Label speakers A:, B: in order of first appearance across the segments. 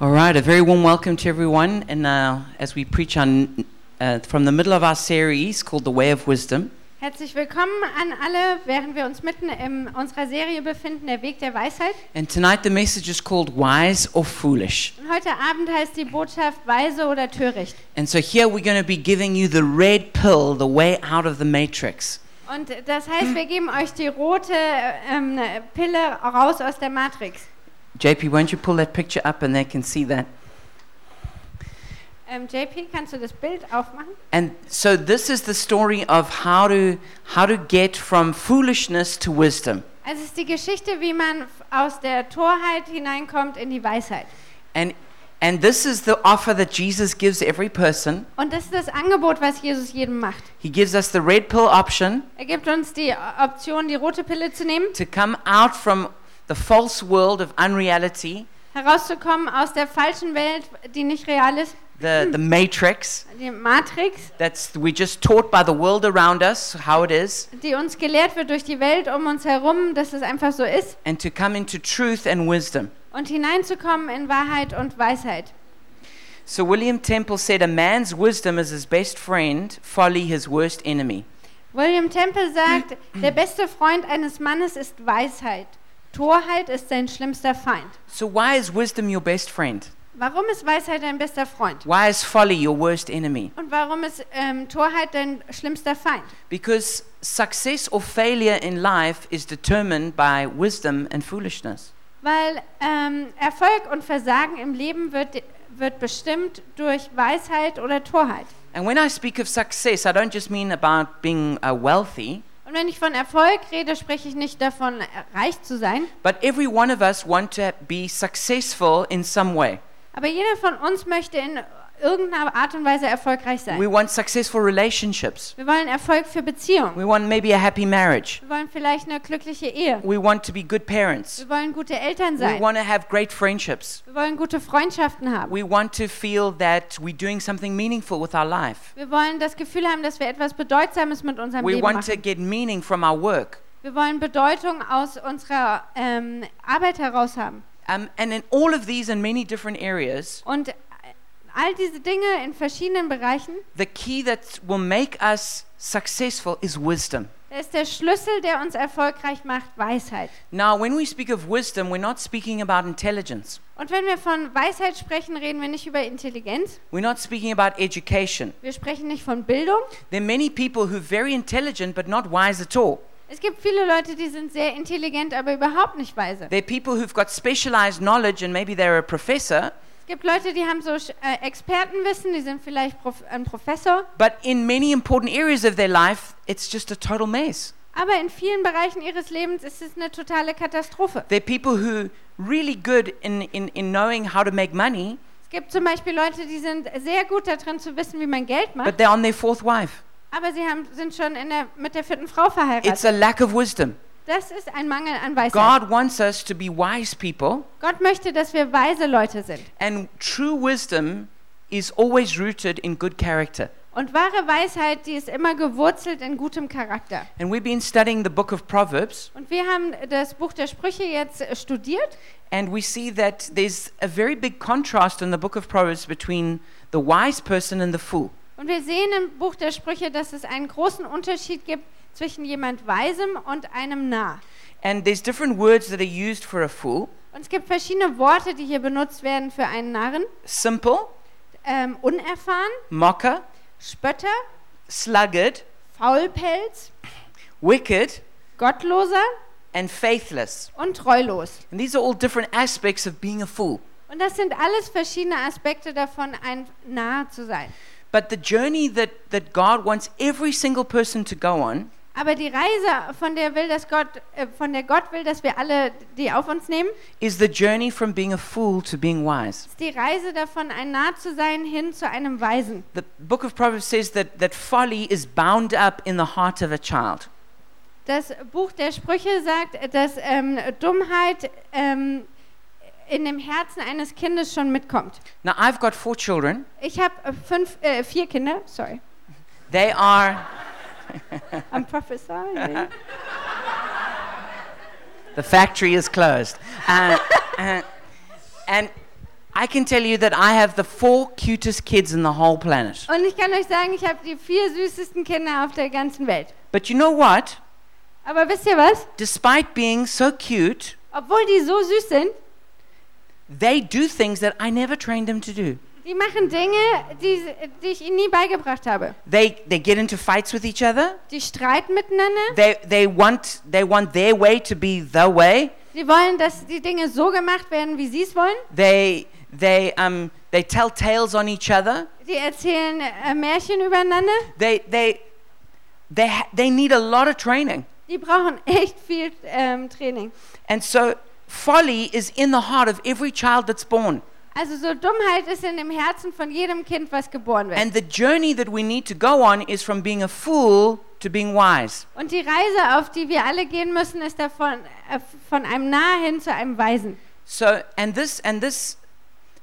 A: All right, a very warm welcome to everyone. And uh, as we preach on uh, from the middle of our series called The Way of Wisdom,
B: Herzlich willkommen an alle, während wir uns mitten in unserer Serie befinden, der Weg der Weisheit.
A: and tonight the message is called Wise or Foolish.
B: Und heute Abend heißt die Botschaft Weise oder Töricht.
A: And so here we're going to be giving you the red pill, the way out of the matrix.
B: Und das heißt, wir geben euch die rote ähm, Pille raus aus der Matrix.
A: JP, won't you pull that picture up and they can see that?
B: Ähm, JP, kannst du das Bild aufmachen?
A: And so this is the story of how to how to get from foolishness to wisdom.
B: Also es ist die Geschichte, wie man f- aus der Torheit hineinkommt in die Weisheit.
A: And and this is the offer that Jesus gives every person.
B: Und das ist das Angebot, was Jesus jedem macht.
A: He gives us the red pill option
B: Er gibt uns die Option, die rote Pille zu nehmen,
A: to come out from the false world of unreality,
B: herauszukommen aus der falschen Welt, die nicht real ist,
A: the, the matrix
B: die Matrix.
A: that's we're just taught by the world around us how it is,
B: die uns gelehrt wird durch die Welt um uns herum, dass es einfach so ist,
A: and to come into truth and wisdom.
B: und hineinzukommen in Wahrheit und Weisheit.
A: So William Temple said, "A man's wisdom is his best friend, folly his worst enemy."
B: William Temple sagt, der beste Freund eines Mannes ist Weisheit. Torheit ist sein schlimmster Feind.
A: So why is wisdom your best friend?
B: Warum ist Weisheit dein bester Freund?
A: Why is folly your worst enemy?
B: Und warum ist ähm, Torheit dein schlimmster Feind?
A: Because success or failure in life is determined by wisdom and foolishness.
B: Weil ähm, Erfolg und Versagen im Leben wird, wird bestimmt durch Weisheit oder Torheit.
A: And when I speak of success, I don't just mean about being uh, wealthy,
B: Und wenn ich von Erfolg rede, spreche ich nicht davon, äh, reich zu sein,
A: but every one of us want to be successful in some way.
B: Aber jeder von uns möchte in irgendeiner Art und Weise erfolgreich
A: We
B: sein.
A: want successful relationships.
B: Wir wollen Erfolg für Beziehungen.
A: We want maybe a happy marriage.
B: Wir wollen vielleicht eine glückliche Ehe.
A: We want to be good parents.
B: Wir wollen gute Eltern
A: We
B: sein.
A: want to have great friendships.
B: Wir wollen gute Freundschaften haben.
A: We want to feel that we're doing something meaningful with our life.
B: Wir wollen das Gefühl haben, dass wir etwas Bedeutsames mit unserem
A: We
B: Leben
A: want to
B: machen.
A: get meaning from our work.
B: Wir wollen Bedeutung aus unserer ähm, Arbeit heraus haben.
A: Um, and in all of these and many different areas,
B: Und all diese Dinge in verschiedenen Bereichen,
A: the key that will make us successful is wisdom.
B: da ist der Schlüssel, der uns erfolgreich macht, Weisheit.
A: Now, when we speak of wisdom, we're not speaking about intelligence.
B: Und wenn wir von Weisheit sprechen, reden wir nicht über Intelligenz.
A: We're not speaking about education.
B: Wir sprechen nicht von Bildung.
A: There are many people who are very intelligent but not wise at all.
B: Es gibt viele Leute, die sind sehr intelligent, aber überhaupt nicht weise.
A: There are people who've got specialized knowledge and maybe they're a professor,
B: Es gibt Leute, die haben so Sch- äh, Expertenwissen, die sind vielleicht Prof ein Professor,
A: but in many important areas of their life, it's just a total mess.
B: aber in vielen Bereichen ihres Lebens ist es eine totale Katastrophe.
A: There are people who are really good in, in, in knowing how to make money,
B: Es gibt zum Beispiel Leute, die sind sehr gut darin zu wissen, wie man Geld macht,
A: but they're on their fourth wife.
B: aber sie haben, sind schon in der, mit der vierten Frau
A: It's
B: verheiratet.
A: a lack of wisdom.
B: Das ist ein Mangel an Weisheit.
A: God wants us to be wise people,
B: Gott möchte, dass wir weise Leute sind.
A: and true wisdom is always rooted in good character.
B: Und wahre Weisheit, die ist immer gewurzelt in gutem Charakter.
A: And we've been studying the book of Proverbs,
B: Und wir haben das Buch der Sprüche jetzt äh, studiert
A: and we see that there's a very big contrast in the book of Proverbs between the wise person and the fool.
B: Und wir sehen im Buch der Sprüche, dass es einen großen Unterschied gibt zwischen jemand Weisem und einem Narr.
A: And there's different words that are used for a fool
B: Und es gibt verschiedene Worte, die hier benutzt werden für einen Narren.
A: simple,
B: Ähm, unerfahren,
A: mocker,
B: Spötter,
A: sluggard,
B: Faulpelz,
A: wicked,
B: Gottloser
A: and faithless.
B: und treulos.
A: And these are all different aspects of being a fool.
B: Und das sind alles verschiedene Aspekte davon, ein Narr zu sein.
A: But the journey that, that God wants every single person to go on
B: Aber die Reise, von der, will, dass Gott, äh, von der Gott will, dass wir alle die auf uns nehmen,
A: is the journey from being a fool to being wise.
B: ist die Reise davon, ein Narr zu sein, hin zu einem Weisen.
A: The book of Proverbs says that, that folly is bound up in the heart of a child.
B: Das Buch der Sprüche sagt, dass ähm, Dummheit ähm, in dem Herzen eines Kindes schon mitkommt.
A: Now, I've got four children.
B: Ich habe äh, fünf, äh, vier Kinder, sorry,
A: They are
B: am Professor.
A: the factory is closed, Uh, uh, and I can tell you that I have the four cutest kids in the whole planet.
B: Und ich kann euch sagen, ich habe die vier süßesten Kinder auf der ganzen Welt.
A: But you know what?
B: Aber wisst ihr was?
A: Despite being so cute,
B: Obwohl die so süß sind,
A: they do things that I never trained them to do.
B: die machen Dinge, die, die ich ihnen nie beigebracht habe.
A: They, they get into fights with each other.
B: Die streiten miteinander.
A: They, they, want, they want their way to be the way.
B: Die wollen, dass die Dinge so gemacht werden, wie sie es wollen.
A: They, they, um, they tell tales on each other.
B: Die erzählen äh, Märchen übereinander.
A: They, they, they, ha- they need a lot of training.
B: Die brauchen echt viel ähm, Training.
A: And so folly is in the heart of every child that's born.
B: Also so Dummheit ist in dem Herzen von jedem Kind, was geboren wird.
A: And the journey that we need to go on is from being a fool to being wise.
B: Und die Reise, auf die wir alle gehen müssen, ist davon äh, von einem Nah hin zu einem Weisen.
A: So and this and this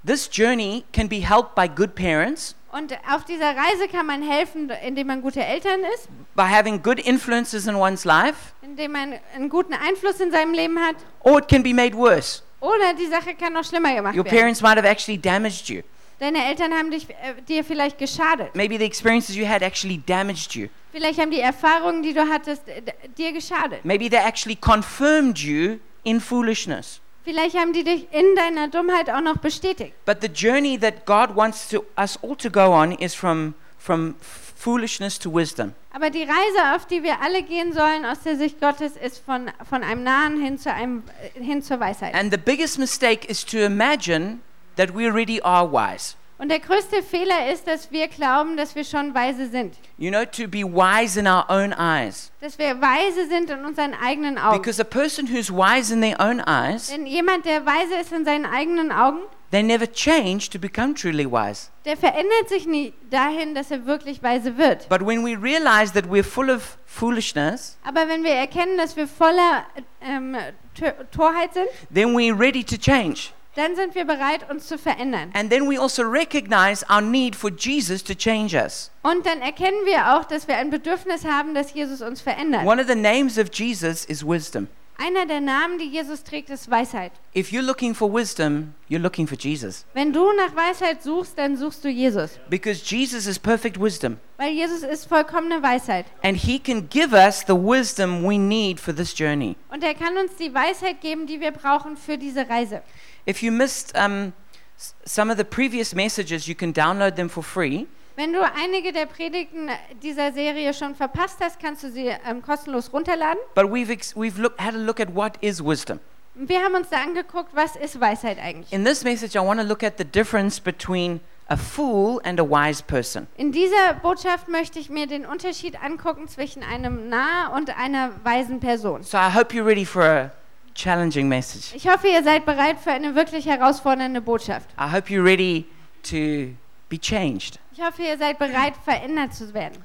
A: this journey can be helped by good parents,
B: Und auf dieser Reise kann man helfen, indem man gute Eltern ist,
A: by having good influences in one's life,
B: indem man einen guten Einfluss in seinem Leben hat.
A: or it can be made worse.
B: Oder die Sache kann noch schlimmer gemacht
A: Your
B: werden.
A: parents might have actually damaged you.
B: Deine Eltern haben dich, äh, dir vielleicht geschadet.
A: Maybe the experiences you had actually damaged you.
B: Vielleicht haben die Erfahrungen, die du hattest, äh, d- dir geschadet.
A: Maybe they actually confirmed you in foolishness.
B: Vielleicht haben die dich in deiner Dummheit auch noch bestätigt.
A: But the journey that God wants to, us all to go on is from, from foolishness to wisdom.
B: Aber die Reise, auf die wir alle gehen sollen aus der Sicht Gottes, ist von, von einem Nahen hin, zu einem, äh, hin zur Weisheit.
A: And the biggest mistake is to imagine that we already are wise.
B: Und der größte Fehler ist, dass wir glauben, dass wir schon weise sind.
A: You know, to be wise in our own eyes.
B: Dass wir weise sind in unseren eigenen Augen.
A: Because a person who's wise in their own eyes,
B: Denn jemand, der weise ist in seinen eigenen Augen,
A: they never change to become truly wise.
B: der verändert sich nie dahin, dass er wirklich weise wird.
A: But when we realize that we're full of foolishness,
B: Aber wenn wir erkennen, dass wir voller ähm, Tö- Torheit sind,
A: then we're ready to change.
B: dann sind wir bereit, uns zu verändern.
A: And then we also recognize our need for Jesus to change us.
B: Und dann erkennen wir auch, dass wir ein Bedürfnis haben, dass Jesus uns verändert.
A: One of the names of Jesus is wisdom.
B: Einer der Namen, die Jesus trägt, ist Weisheit.
A: If you're looking for wisdom, you're looking for Jesus.
B: Wenn du nach Weisheit suchst, dann suchst du Jesus,
A: Because Jesus is perfect wisdom.
B: weil Jesus ist vollkommene Weisheit
A: And he can give us the wisdom we need for this journey.
B: und er kann uns die Weisheit geben, die wir brauchen für diese Reise.
A: If you missed um, s- some of the previous messages, you can download them for free.
B: Wenn du einige der Predigten dieser Serie schon verpasst hast, kannst du sie ähm, kostenlos runterladen.
A: But we've, ex- we've look- had a look at what is wisdom.
B: Wir haben uns da angeguckt, was ist Weisheit eigentlich?
A: In this message, I want to look at the difference between a fool and a wise person.
B: In dieser Botschaft möchte ich mir den Unterschied angucken zwischen einem nah und einer weisen Person.
A: So I hope you're ready for a challenging message.
B: Ich hoffe, ihr seid bereit für eine wirklich herausfordernde Botschaft.
A: I hope you're ready to be changed.
B: Ich hoffe, ihr seid bereit, verändert zu werden.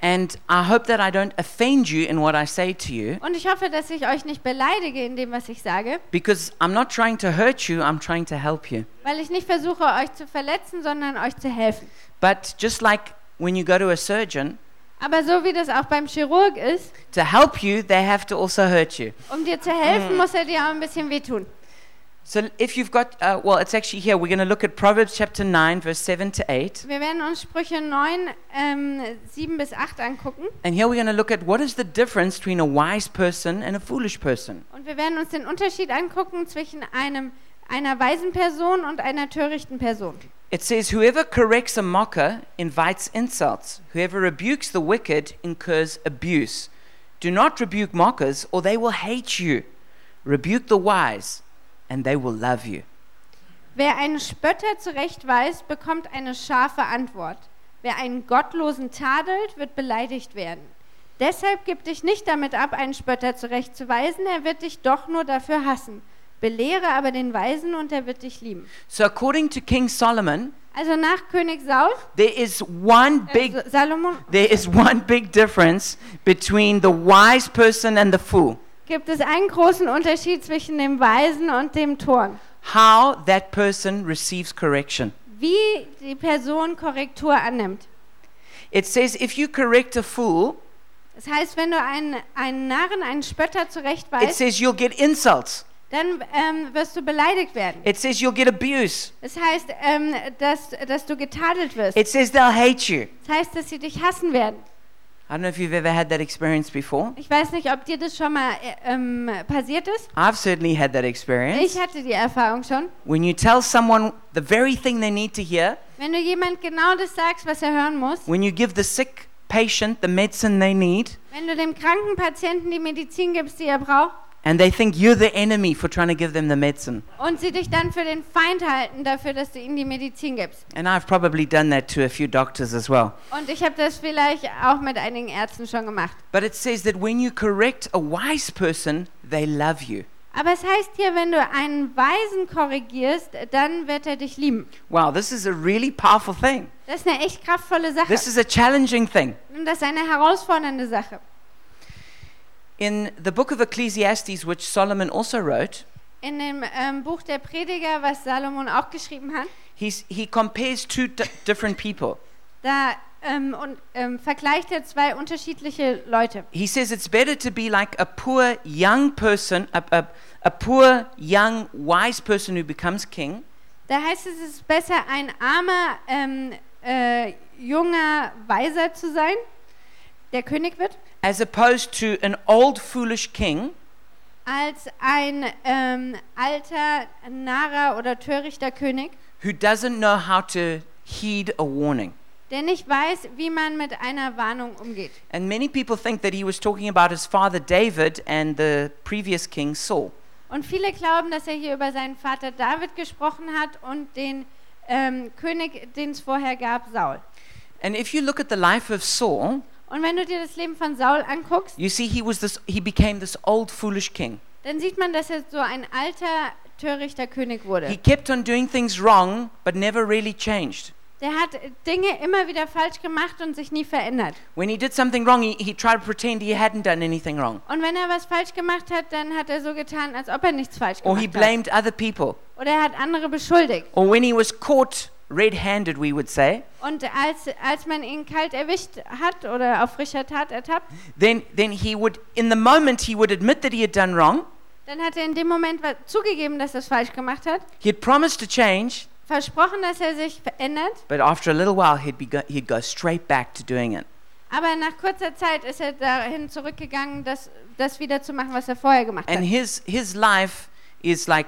A: And I hope that I don't offend you in what I say to you
B: Und ich hoffe, dass ich euch nicht beleidige in dem, was ich sage,
A: because I'm not trying to hurt you, I'm trying to help you.
B: weil ich nicht versuche, euch zu verletzen, sondern euch zu helfen.
A: But just like when you go to a surgeon,
B: Aber so wie das auch beim Chirurg ist,
A: to help you, they have to also hurt you.
B: um dir zu helfen, muss er dir auch ein bisschen wehtun.
A: So if you've got, uh, well, it's actually here. We're going to look at Proverbs chapter 9, verse 7 to 8.
B: Wir werden uns Sprüche 9, ähm, 7 bis 8 angucken
A: And here we're going to look at what is the difference between a wise person and a foolish person.
B: und wir werden uns den Unterschied angucken zwischen einem, einer weisen Person und einer törichten Person.
A: It says, Whoever corrects a mocker invites insults. Whoever rebukes the wicked incurs abuse. Do not rebuke mockers, or they will hate you. Rebuke the wise, and they will love you.
B: Wer einen Spötter zurechtweist, bekommt eine scharfe Antwort. Wer einen Gottlosen tadelt, wird beleidigt werden. Deshalb gib dich nicht damit ab, einen Spötter zurechtzuweisen, er wird dich doch nur dafür hassen. Belehre aber den Weisen und er wird dich lieben.
A: So, according to King Solomon,
B: Also nach König Saul,
A: there is one
B: äh,
A: big
B: Sa- Salomon,
A: There is one big difference between the wise person and the fool.
B: gibt es einen großen Unterschied zwischen dem Weisen und dem Torn.
A: How that person receives correction.
B: Wie die Person Korrektur annimmt.
A: It says if you correct a fool,
B: Das heißt, wenn du einen, einen Narren, einen Spötter
A: it
B: zurechtweist,
A: says you'll get insults.
B: dann ähm, wirst du beleidigt werden.
A: It says you'll get abuse.
B: Es heißt, ähm, dass, dass du getadelt wirst.
A: It says they'll hate you.
B: Es heißt, dass sie dich hassen werden.
A: I don't know if you've ever had that experience before.
B: Ich weiß nicht, ob dir das schon mal äh, ähm, passiert ist.
A: I've certainly had that experience.
B: Ich hatte die Erfahrung schon.
A: When you tell someone the very thing they need to hear,
B: Wenn du jemand genau das sagst, was er hören muss,
A: when you give the sick patient the medicine they need,
B: wenn du dem kranken Patienten die Medizin gibst, die er braucht,
A: and they think you're the enemy for trying to give them the medicine.
B: und sie dich dann für den Feind halten dafür, dass du ihnen die Medizin gibst.
A: And I've probably done that to a few doctors as well.
B: Und ich habe das vielleicht auch mit einigen Ärzten schon gemacht.
A: But it says that when you correct a wise person, they love you.
B: Aber es heißt hier, wenn du einen Weisen korrigierst, dann wird er dich lieben.
A: Wow, this is a really powerful thing.
B: Das ist eine echt kraftvolle Sache.
A: This is a challenging thing.
B: Und das ist eine herausfordernde Sache.
A: In the book of Ecclesiastes, which Solomon also wrote,
B: In dem ähm, Buch der Prediger, was Salomon auch geschrieben hat,
A: he's, he compares two d- different people.
B: da ähm, und, ähm, vergleicht er zwei unterschiedliche Leute.
A: He says it's better to be like a poor young person, a, a, a poor young wise person who becomes king,
B: Da heißt es, es ist besser, ein armer, ähm, äh, junger Weiser zu sein, der König wird,
A: as opposed to an old foolish king
B: als ein ähm, alter, narrer oder törichter König,
A: who doesn't know how to heed a warning.
B: der nicht weiß, wie man mit einer Warnung umgeht.
A: And many people think that he was talking about his father David and the previous king Saul.
B: Und viele glauben, dass er hier über seinen Vater David gesprochen hat und den ähm, König, den es vorher gab, Saul.
A: And if you look at the life of Saul,
B: Und wenn du dir das Leben von Saul anguckst,
A: you see he was this he became this old foolish king.
B: dann sieht man, dass er so ein alter, törichter König
A: He
B: wurde.
A: kept on doing things wrong but never really changed.
B: Der hat Dinge immer wieder falsch gemacht und sich nie verändert.
A: When he did something wrong, he, he tried to pretend he hadn't done anything wrong.
B: Und wenn er was falsch gemacht hat, dann hat er so getan, als ob er nichts falsch
A: Or Oh, he
B: gemacht hat.
A: blamed other people.
B: Oder er hat andere beschuldigt.
A: Or when he was caught red handed, we would say,
B: Und als, als man ihn kalt erwischt hat oder auf frischer Tat ertappt,
A: then, then he would, in the moment, he would admit that he had done wrong.
B: dann hat er in dem Moment wa- zugegeben, dass er es falsch gemacht hat,
A: He had promised to change,
B: versprochen, dass er sich verändert,
A: but after a little while, he'd, be go, he'd go straight back to doing it.
B: aber nach kurzer Zeit ist er dahin zurückgegangen, das, das wieder zu machen, was er vorher gemacht hat.
A: And his, his life is like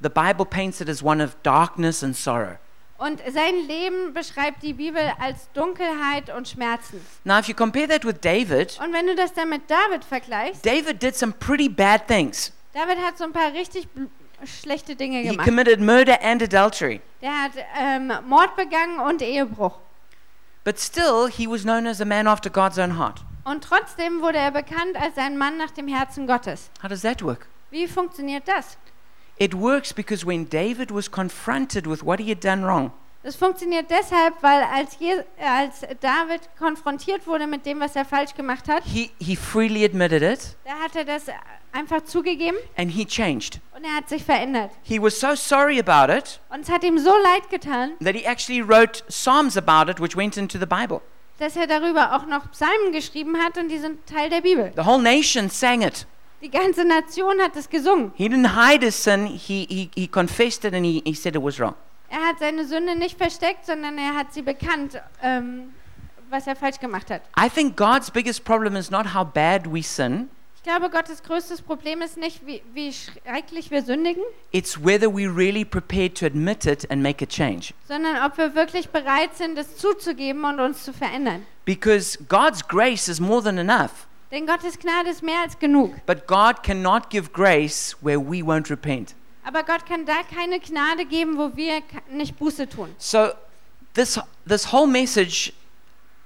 A: the Bible paints it as one of darkness and sorrow.
B: Und sein Leben beschreibt die Bibel als Dunkelheit und Schmerzen.
A: Now, if you compare that with David,
B: Und wenn du das dann mit David vergleichst,
A: David did some pretty bad things.
B: David hat so ein paar richtig bl- schlechte Dinge
A: He
B: gemacht.
A: committed murder and adultery,
B: Der hat ähm, Mord begangen und Ehebruch.
A: but still, he was known as a man after God's own heart.
B: Und trotzdem wurde er bekannt als ein Mann nach dem Herzen Gottes.
A: How does that work?
B: Wie funktioniert das?
A: It works because when David was confronted with what he had done wrong,
B: Das funktioniert deshalb, weil als, Je äh, als David konfrontiert wurde mit dem, was er falsch gemacht hat,
A: he, he freely admitted it
B: da hat er das äh, einfach zugegeben
A: and he changed.
B: und er hat sich verändert.
A: He was so sorry about it
B: Und es hat ihm so leid getan,
A: that he actually wrote Psalms about it, which went into the Bible.
B: dass er darüber auch noch Psalmen geschrieben hat und die sind Teil der Bibel.
A: The whole nation sang it.
B: Die ganze Nation hat es gesungen.
A: He didn't hide his sin, he, he, he confessed it and he, he said it was wrong.
B: Er hat seine Sünde nicht versteckt, sondern er hat sie bekannt, ähm, was er falsch gemacht hat.
A: I think God's biggest problem is not how bad we sin,
B: Ich glaube, Gottes größtes Problem ist nicht, wie, wie schrecklich wir sündigen,
A: it's whether we're really prepared to admit it and make a change.
B: sondern ob wir wirklich bereit sind, es zuzugeben und uns zu verändern.
A: Because God's grace is more than enough,
B: Denn Gottes Gnade ist mehr als genug.
A: but God cannot give grace where we won't repent.
B: Aber Gott kann da keine Gnade geben, wo wir ka- nicht Buße tun.
A: So this this whole message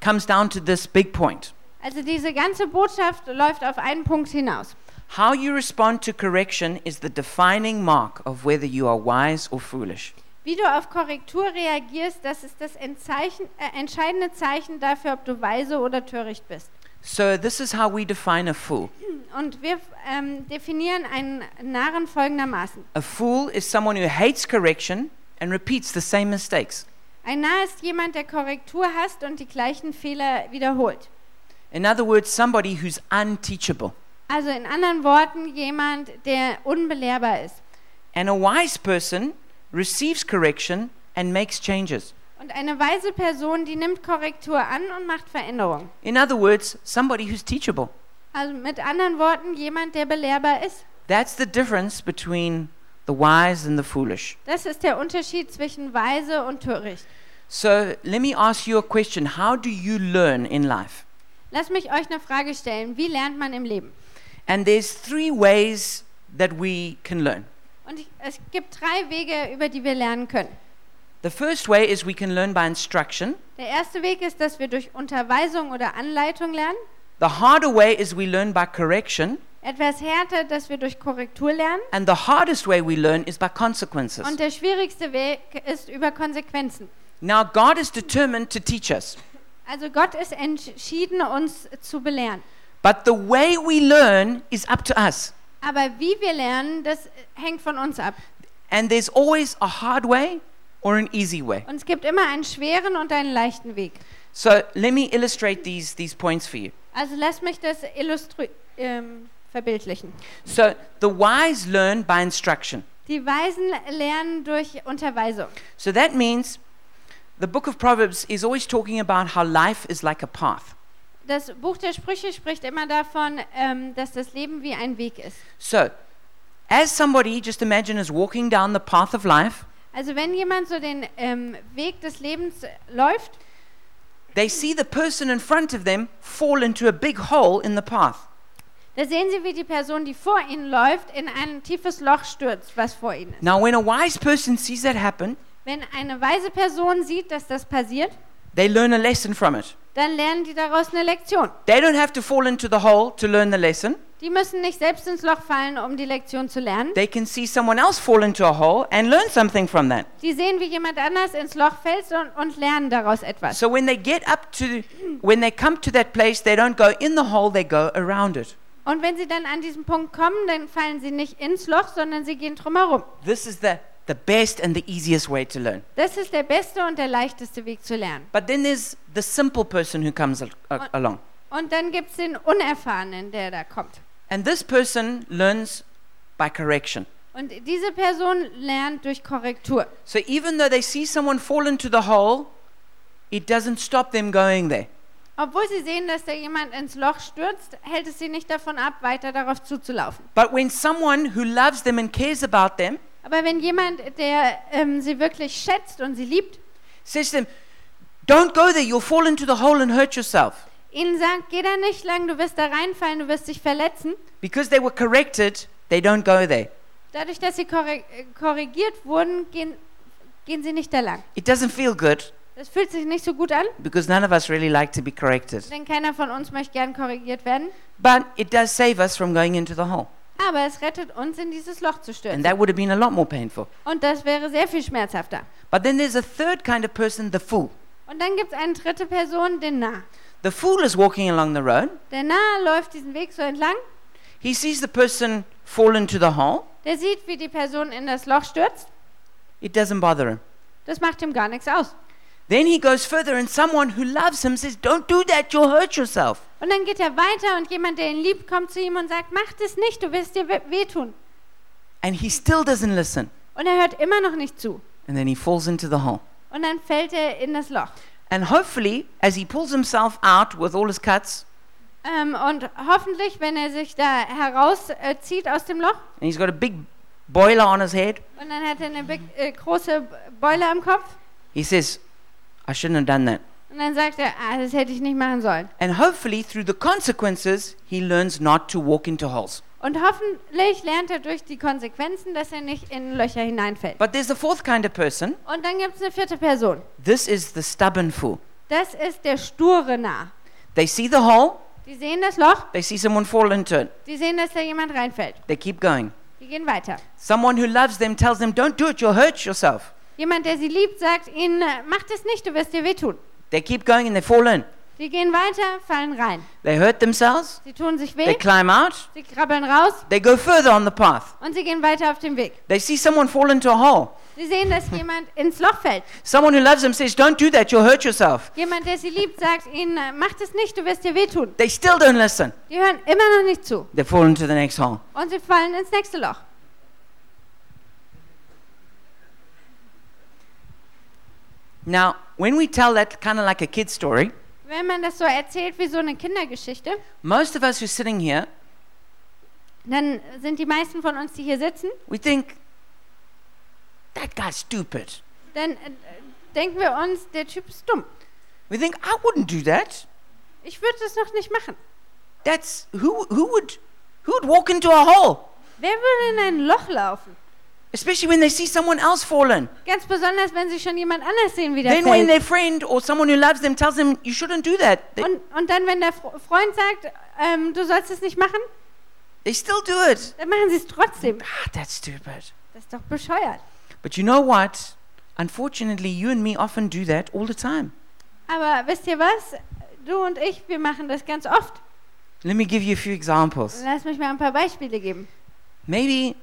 A: comes down to this big point.
B: Also diese ganze Botschaft läuft auf einen Punkt hinaus.
A: How you respond to correction is the defining mark of whether you are wise or foolish.
B: Wie du auf Korrektur reagierst, das ist das Entzeichen, äh, entscheidende Zeichen dafür, ob du weise oder töricht bist.
A: So this is how we define a fool.
B: Und wir ähm, definieren einen Narren folgendermaßen.
A: A fool is someone who hates correction and repeats the same mistakes.
B: Ein Narr ist jemand, der Korrektur hasst und die gleichen Fehler wiederholt.
A: In other words, somebody who's unteachable.
B: Also in anderen Worten, jemand, der unbelehrbar ist.
A: And a wise person receives correction and makes changes.
B: Und eine weise Person, die nimmt Korrektur an und macht Veränderung.
A: In other words, somebody who's teachable.
B: Also mit anderen Worten, jemand, der belehrbar ist.
A: That's the difference between the wise and the foolish.
B: Das ist der Unterschied zwischen weise und töricht.
A: So let me ask you a question. How do you learn in life?
B: Lass mich euch eine Frage stellen. Wie lernt man im Leben?
A: And there's three ways that we can learn.
B: Und ich, es gibt drei Wege, über die wir lernen können.
A: The first way is we can learn by instruction.
B: Der erste Weg ist, dass wir durch Unterweisung oder Anleitung lernen.
A: The harder way is we learn by correction.
B: Etwas härter, dass wir durch Korrektur lernen.
A: And the hardest way we learn is by consequences.
B: Und der schwierigste Weg ist über Konsequenzen.
A: Now, God is determined to teach us,
B: Also Gott ist entschieden, uns zu belehren.
A: but the way we learn is up to us.
B: Aber wie wir lernen, das hängt von uns ab.
A: And there's always a hard way or an easy way.
B: Und es gibt immer einen schweren und einen leichten Weg.
A: So, let me illustrate these, these points for you.
B: Also lass mich das illustri ähm, verbildlichen.
A: So, the wise learn by instruction.
B: Die Weisen lernen durch Unterweisung.
A: So, that means the book of Proverbs is always talking about how life is like a path.
B: Das Buch der Sprüche spricht immer davon, ähm, dass das Leben wie ein Weg ist.
A: So, as somebody, just imagine, is walking down the path of life,
B: Also wenn jemand so den ähm, Weg des Lebens äh, läuft,
A: they see the person in front of them fall into a big hole in the path.
B: da sehen sie, wie die Person, die vor ihnen läuft, in ein tiefes Loch stürzt, was vor ihnen ist.
A: Now, when a wise person sees that happen,
B: Wenn eine weise Person sieht, dass das passiert,
A: they learn a lesson from it.
B: dann lernen die daraus eine Lektion.
A: They don't have to fall into the hole to learn the lesson.
B: Die müssen nicht selbst ins Loch fallen, um die Lektion zu lernen.
A: They can see someone else fall into a hole and learn something from that.
B: Die sehen, wie jemand anders ins Loch fällt und, und lernen daraus etwas.
A: So when they get up to, when they come to that place, they don't go in the hole, they go around it.
B: Und wenn sie dann an diesen Punkt kommen, dann fallen sie nicht ins Loch, sondern sie gehen drumherum.
A: This is the, the best and the easiest way to learn.
B: Das ist der beste und der leichteste Weg zu lernen.
A: But then there's the simple person who comes al- a- along.
B: Und dann gibt es den Unerfahrenen, der da kommt.
A: And this person learns by correction.
B: Und diese Person lernt durch Korrektur.
A: So even though they see someone fall into the hole, it doesn't stop them going there.
B: Obwohl sie sehen, dass da jemand ins Loch stürzt, hält es sie nicht davon ab, weiter darauf zuzulaufen.
A: But when someone who loves them and cares about them
B: Aber wenn jemand, der ähm, sie wirklich schätzt und sie liebt,
A: says to them, Don't go there, you'll fall into the hole and hurt yourself.
B: ihnen sagt, geh da nicht lang, du wirst da reinfallen, du wirst dich verletzen,
A: Because they were corrected, they don't go there.
B: dadurch, dass sie korre äh, korrigiert wurden, gehen, gehen sie nicht da lang.
A: It doesn't feel good
B: Das fühlt sich nicht so gut an,
A: because none of us really like to be corrected.
B: denn keiner von uns möchte gern korrigiert werden.
A: But it does save us from going into the hole.
B: Aber es rettet uns, in dieses Loch zu
A: And
B: stürzen.
A: that would have been a lot more painful.
B: Und das wäre sehr viel schmerzhafter.
A: But then there's a third kind of person, the fool.
B: Und dann gibt es eine dritte Person, den Nah.
A: The fool is walking along the road.
B: Der Nah läuft diesen Weg so entlang,
A: He sees the person fall into the hole.
B: der sieht, wie die Person in das Loch stürzt.
A: It doesn't bother him.
B: Das macht ihm gar nichts aus.
A: Then he goes further, and someone who loves him says, Don't do that, you'll hurt yourself.
B: Und dann geht er weiter und jemand, der ihn liebt, kommt zu ihm und sagt, mach das nicht, du wirst dir we- wehtun.
A: And he still doesn't listen.
B: Und er hört immer noch nicht zu.
A: And then he falls into the hole.
B: Und dann fällt er in das Loch.
A: And hopefully, as he pulls himself out with all his cuts,
B: Ähm, und hoffentlich, wenn er sich da herauszieht aus dem Loch,
A: and he's got a big boiler on his head,
B: und dann hat er eine be- äh, große Beule im Kopf,
A: he says, I shouldn't have done that.
B: und dann sagt er, ah, das hätte ich nicht machen sollen.
A: And hopefully, through the consequences, he learns not to walk into holes.
B: Und hoffentlich lernt er durch die Konsequenzen, dass er nicht in Löcher hineinfällt.
A: But there's a fourth kind of person.
B: Und dann gibt es eine vierte Person.
A: This is the stubborn fool.
B: Das ist der sture Narr.
A: They see the hole,
B: Die sehen das Loch,
A: they see someone fall into it,
B: die sehen, dass da jemand reinfällt.
A: they keep going.
B: Die gehen weiter.
A: Someone who loves them tells them, Don't do it, you'll hurt yourself.
B: Jemand, der sie liebt, sagt ihnen, äh, mach das nicht, du wirst dir wehtun.
A: They keep going and they fall in.
B: Die gehen weiter, fallen rein.
A: They hurt themselves,
B: Sie tun sich
A: they
B: weh,
A: climb out,
B: sie krabbeln raus
A: they go further on the path.
B: und sie gehen weiter auf dem Weg.
A: They see someone fall into a hole,
B: Sie sehen, dass jemand ins Loch fällt.
A: Someone who loves them says, Don't do that, you'll hurt yourself.
B: Jemand, der sie liebt, sagt ihnen, äh, macht es nicht, du wirst dir wehtun.
A: They still don't listen.
B: Die hören immer noch nicht zu
A: They fall into the next hole.
B: und sie fallen ins nächste Loch.
A: Now, when we tell that kind of like a kid story,
B: Wenn man das so erzählt wie so eine Kindergeschichte,
A: most of us who are sitting here,
B: dann sind die meisten von uns, die hier sitzen,
A: we think, That guy's stupid.
B: dann äh, denken wir uns, der Typ ist dumm.
A: We think, I wouldn't do that.
B: Ich würde das noch nicht machen.
A: That's who, who, would, who would walk into a hole?
B: Wer würde in ein Loch laufen?
A: Especially when they see someone else fallen.
B: Ganz besonders, wenn sie schon jemand anders sehen, wie der
A: Then when
B: fällt.
A: their friend or someone who loves them tells them, You shouldn't do that, they,
B: Und, und dann, wenn der Fre- Freund sagt, ähm, du sollst es nicht machen,
A: they still do it.
B: dann machen sie es trotzdem.
A: Ah, that's stupid.
B: Das ist doch bescheuert.
A: But you know what? Unfortunately, you and me often do that all the time.
B: Aber wisst ihr was? Du und ich, wir machen das ganz oft.
A: Let me give you a few examples.
B: Lass mich mal ein paar Beispiele geben.
A: Maybe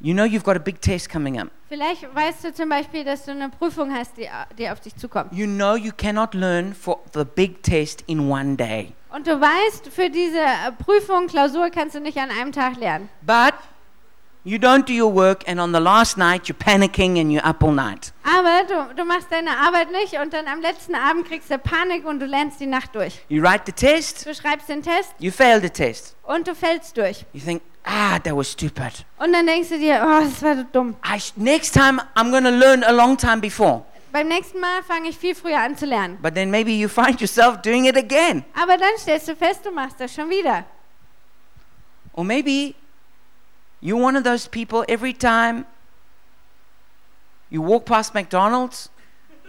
A: you know you've got a big test coming up.
B: Vielleicht weißt du zum Beispiel, dass du eine Prüfung hast, die, die auf dich zukommt.
A: You know you cannot learn for the big test in one day.
B: Und du weißt, für diese äh, Prüfung, Klausur kannst du nicht an einem Tag lernen.
A: But you don't do your work, and on the last night, you're panicking and you're up all night.
B: Aber du, du machst deine Arbeit nicht und dann am letzten Abend kriegst du Panik und du lernst die Nacht durch.
A: You write the test,
B: Du schreibst den Test
A: you fail the test.
B: und du fällst durch.
A: You think, ah, that was stupid.
B: Und dann denkst du dir, oh, das war so dumm.
A: I sh- next time, I'm going to learn a long time before.
B: Beim nächsten Mal fange ich viel früher an zu lernen.
A: But then maybe you find yourself doing it again.
B: Aber dann stellst du fest, du machst das schon wieder.
A: Or maybe you're one of those people every time you walk past McDonald's,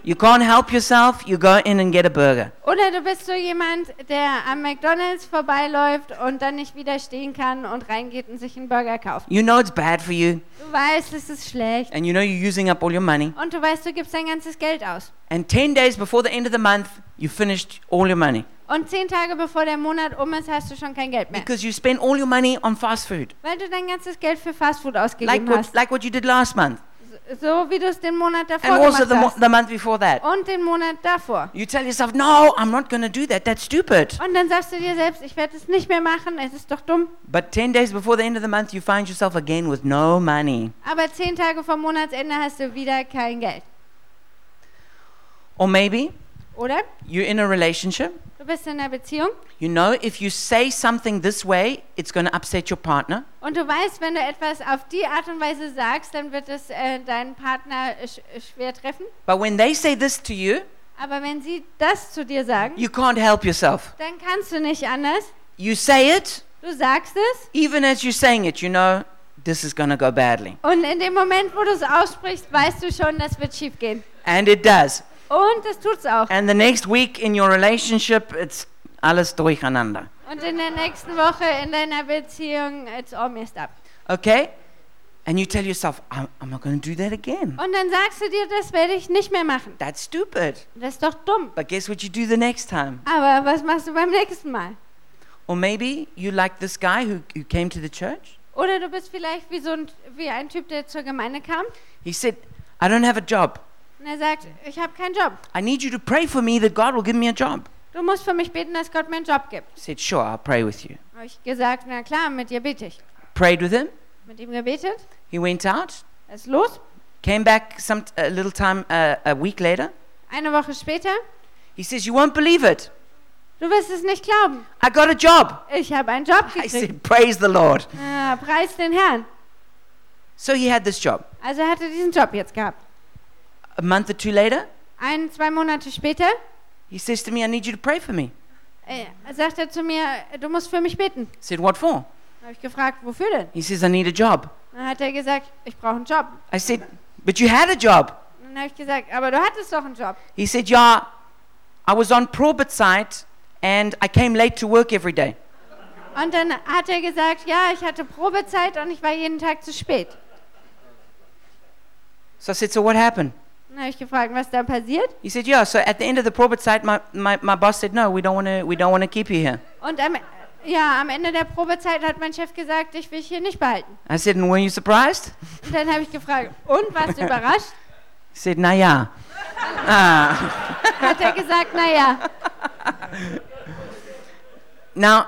A: you can't help yourself, you go in and get a burger.
B: Oder du bist so jemand, der am McDonalds vorbeiläuft und dann nicht widerstehen kann und reingeht und sich einen Burger kauft.
A: You know it's bad for you,
B: Du weißt, es ist schlecht.
A: and you know you're using up all your money.
B: Und du weißt, du gibst dein ganzes Geld aus.
A: And 10 days before the end of the month, you finished all your money
B: Und zehn Tage bevor der Monat um ist, hast du schon kein Geld mehr.
A: because you spent all your money on fast food,
B: Weil du dein ganzes Geld für Fastfood
A: like
B: ausgegeben
A: what,
B: hast.
A: like what you did last month,
B: So wie du es den Monat davor
A: and also
B: gemacht
A: the, mo-
B: hast.
A: the month before that.
B: Und den Monat davor.
A: You tell yourself, no, I'm not going to do that. That's stupid.
B: Und dann sagst du dir selbst, ich werde es nicht mehr machen, es ist doch dumm.
A: But 10 days before the end of the month, you find yourself again with no money.
B: Aber zehn Tage vom Monatsende hast du wieder kein Geld.
A: Or maybe
B: Oder?
A: you're in a relationship.
B: Du bist in einer Beziehung
A: You know, if you say something this way, it's going to upset your partner.
B: und du weißt, wenn du etwas auf die Art und Weise sagst, dann wird es äh, deinen Partner äh, sch äh, schwer treffen.
A: But when they say this to you,
B: Aber wenn sie das zu dir sagen,
A: you can't help yourself.
B: dann kannst du nicht anders.
A: You say it,
B: Du sagst es
A: even as you're saying it, you know, this is going to go badly.
B: und in dem Moment, wo du es aussprichst, weißt du schon, das wird schief gehen.
A: And it does.
B: Und das tut's auch.
A: And the next week in your relationship, it's alles durcheinander.
B: Und in der nächsten Woche in deiner Beziehung, it's all messed up.
A: Okay? And you tell yourself, I'm, I'm not going to do that again.
B: Und dann sagst du dir, das werde ich nicht mehr machen.
A: That's stupid.
B: Das ist doch dumm.
A: But guess what you do the next time?
B: Aber was machst du beim nächsten Mal?
A: Or maybe you like this guy who, who came to the church.
B: Oder du bist vielleicht wie so ein, wie ein Typ, der zur Gemeinde kam
A: He said, I don't have a job.
B: und er sagt, ich habe keinen Job.
A: I need you to pray for me that God will give me a job.
B: Du musst für mich beten, dass Gott mir einen Job gibt.
A: I said, Sure, I'll pray with you.
B: Habe ich gesagt, na klar, mit dir bete ich.
A: Prayed with him.
B: Mit ihm gebetet,
A: He went out,
B: er ist los.
A: came back some a little time, uh, a week later.
B: Eine Woche später,
A: He says, You won't believe it.
B: du wirst es nicht glauben,
A: I got a job.
B: ich habe einen Job
A: I
B: gekriegt.
A: said, Praise the Lord.
B: Ah, preis den Herrn.
A: So he had this job.
B: Also er hatte diesen Job jetzt gehabt.
A: A month or two later,
B: Ein, zwei Monate später
A: he says to me, I need you to pray for me.
B: äh, sagt er zu mir, du musst für mich beten.
A: I said, What for?
B: Habe ich gefragt, wofür denn?
A: He says, I need a job.
B: Dann hat er gesagt, ich brauche einen Job.
A: I said, But you had a job.
B: Dann habe ich gesagt, aber du hattest doch einen Job.
A: He said, Yeah, I was on Probetzeit and I came late to work every day.
B: Und dann hat er gesagt, ja, ich hatte Probezeit und ich war jeden Tag zu spät.
A: So I said, So what happened?
B: Dann habe ich gefragt, was da passiert.
A: He said, Yeah, so at the end of the Probetzeit, my, my, my boss said, No, we don't want to we don't want to keep you here.
B: Und am, ja, am Ende der Probezeit hat mein Chef gesagt, ich will dich hier nicht behalten.
A: I said, and were you surprised?
B: Und dann habe ich gefragt, und warst du überrascht?
A: He said, na ja. Ah.
B: Hat er gesagt, naja.
A: Now,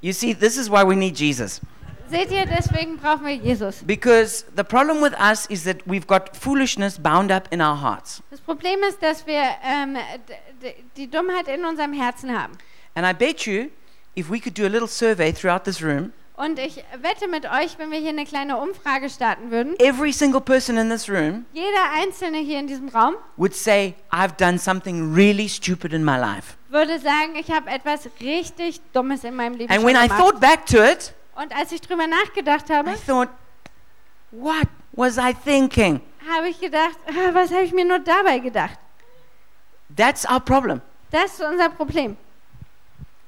A: you see, this is why we need Jesus.
B: Seht ihr, deswegen brauchen wir Jesus.
A: Because the problem with us is that we've got foolishness bound up in our hearts.
B: Das Problem ist, dass wir ähm, d- d- die Dummheit in unserem Herzen haben.
A: And I bet you, if we could do a little survey throughout this room,
B: Und ich wette mit euch, wenn wir hier eine kleine Umfrage starten würden,
A: every single person in this room
B: jeder Einzelne hier in diesem Raum
A: would say, I've done something really stupid in my life.
B: würde sagen, ich habe etwas richtig Dummes in meinem Leben
A: And
B: schon
A: when I
B: gemacht.
A: thought back to it,
B: Und als ich drüber nachgedacht
A: I
B: habe,
A: thought, what was I thinking?
B: habe ich gedacht, ah, was habe ich mir nur dabei gedacht?
A: That's our problem.
B: Das ist unser Problem.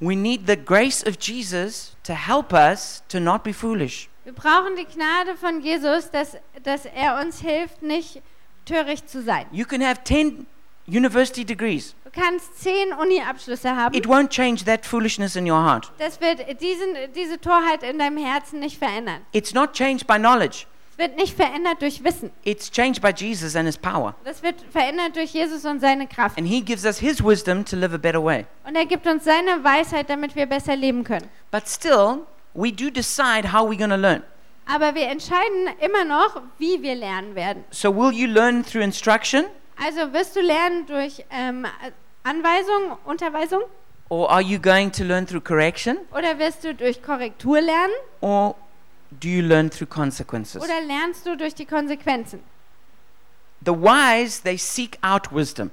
A: We need the grace of Jesus to help us to not be foolish.
B: Wir brauchen die Gnade von Jesus, dass, dass er uns hilft, nicht töricht zu sein.
A: You can have 10 university degrees,
B: Du kannst zehn Uni-Abschlüsse haben.
A: it won't change that foolishness in your heart.
B: Das wird diesen, diese Torheit in deinem Herzen nicht verändern.
A: It's not changed by knowledge,
B: Es wird nicht verändert durch Wissen.
A: it's changed by Jesus and his power.
B: Das wird verändert durch Jesus und seine Kraft.
A: And he gives us his wisdom to live a better way.
B: Und er gibt uns seine Weisheit, damit wir besser leben können.
A: But still, we do decide how we're going to learn.
B: Aber wir entscheiden immer noch, wie wir lernen werden.
A: So, will you learn through instruction
B: Also wirst du lernen durch ähm, Anweisung, Unterweisung
A: or are you going to learn through correction?
B: oder wirst du durch Korrektur lernen
A: or do you learn through consequences?
B: oder lernst du durch die Konsequenzen?
A: The wise, they seek out wisdom,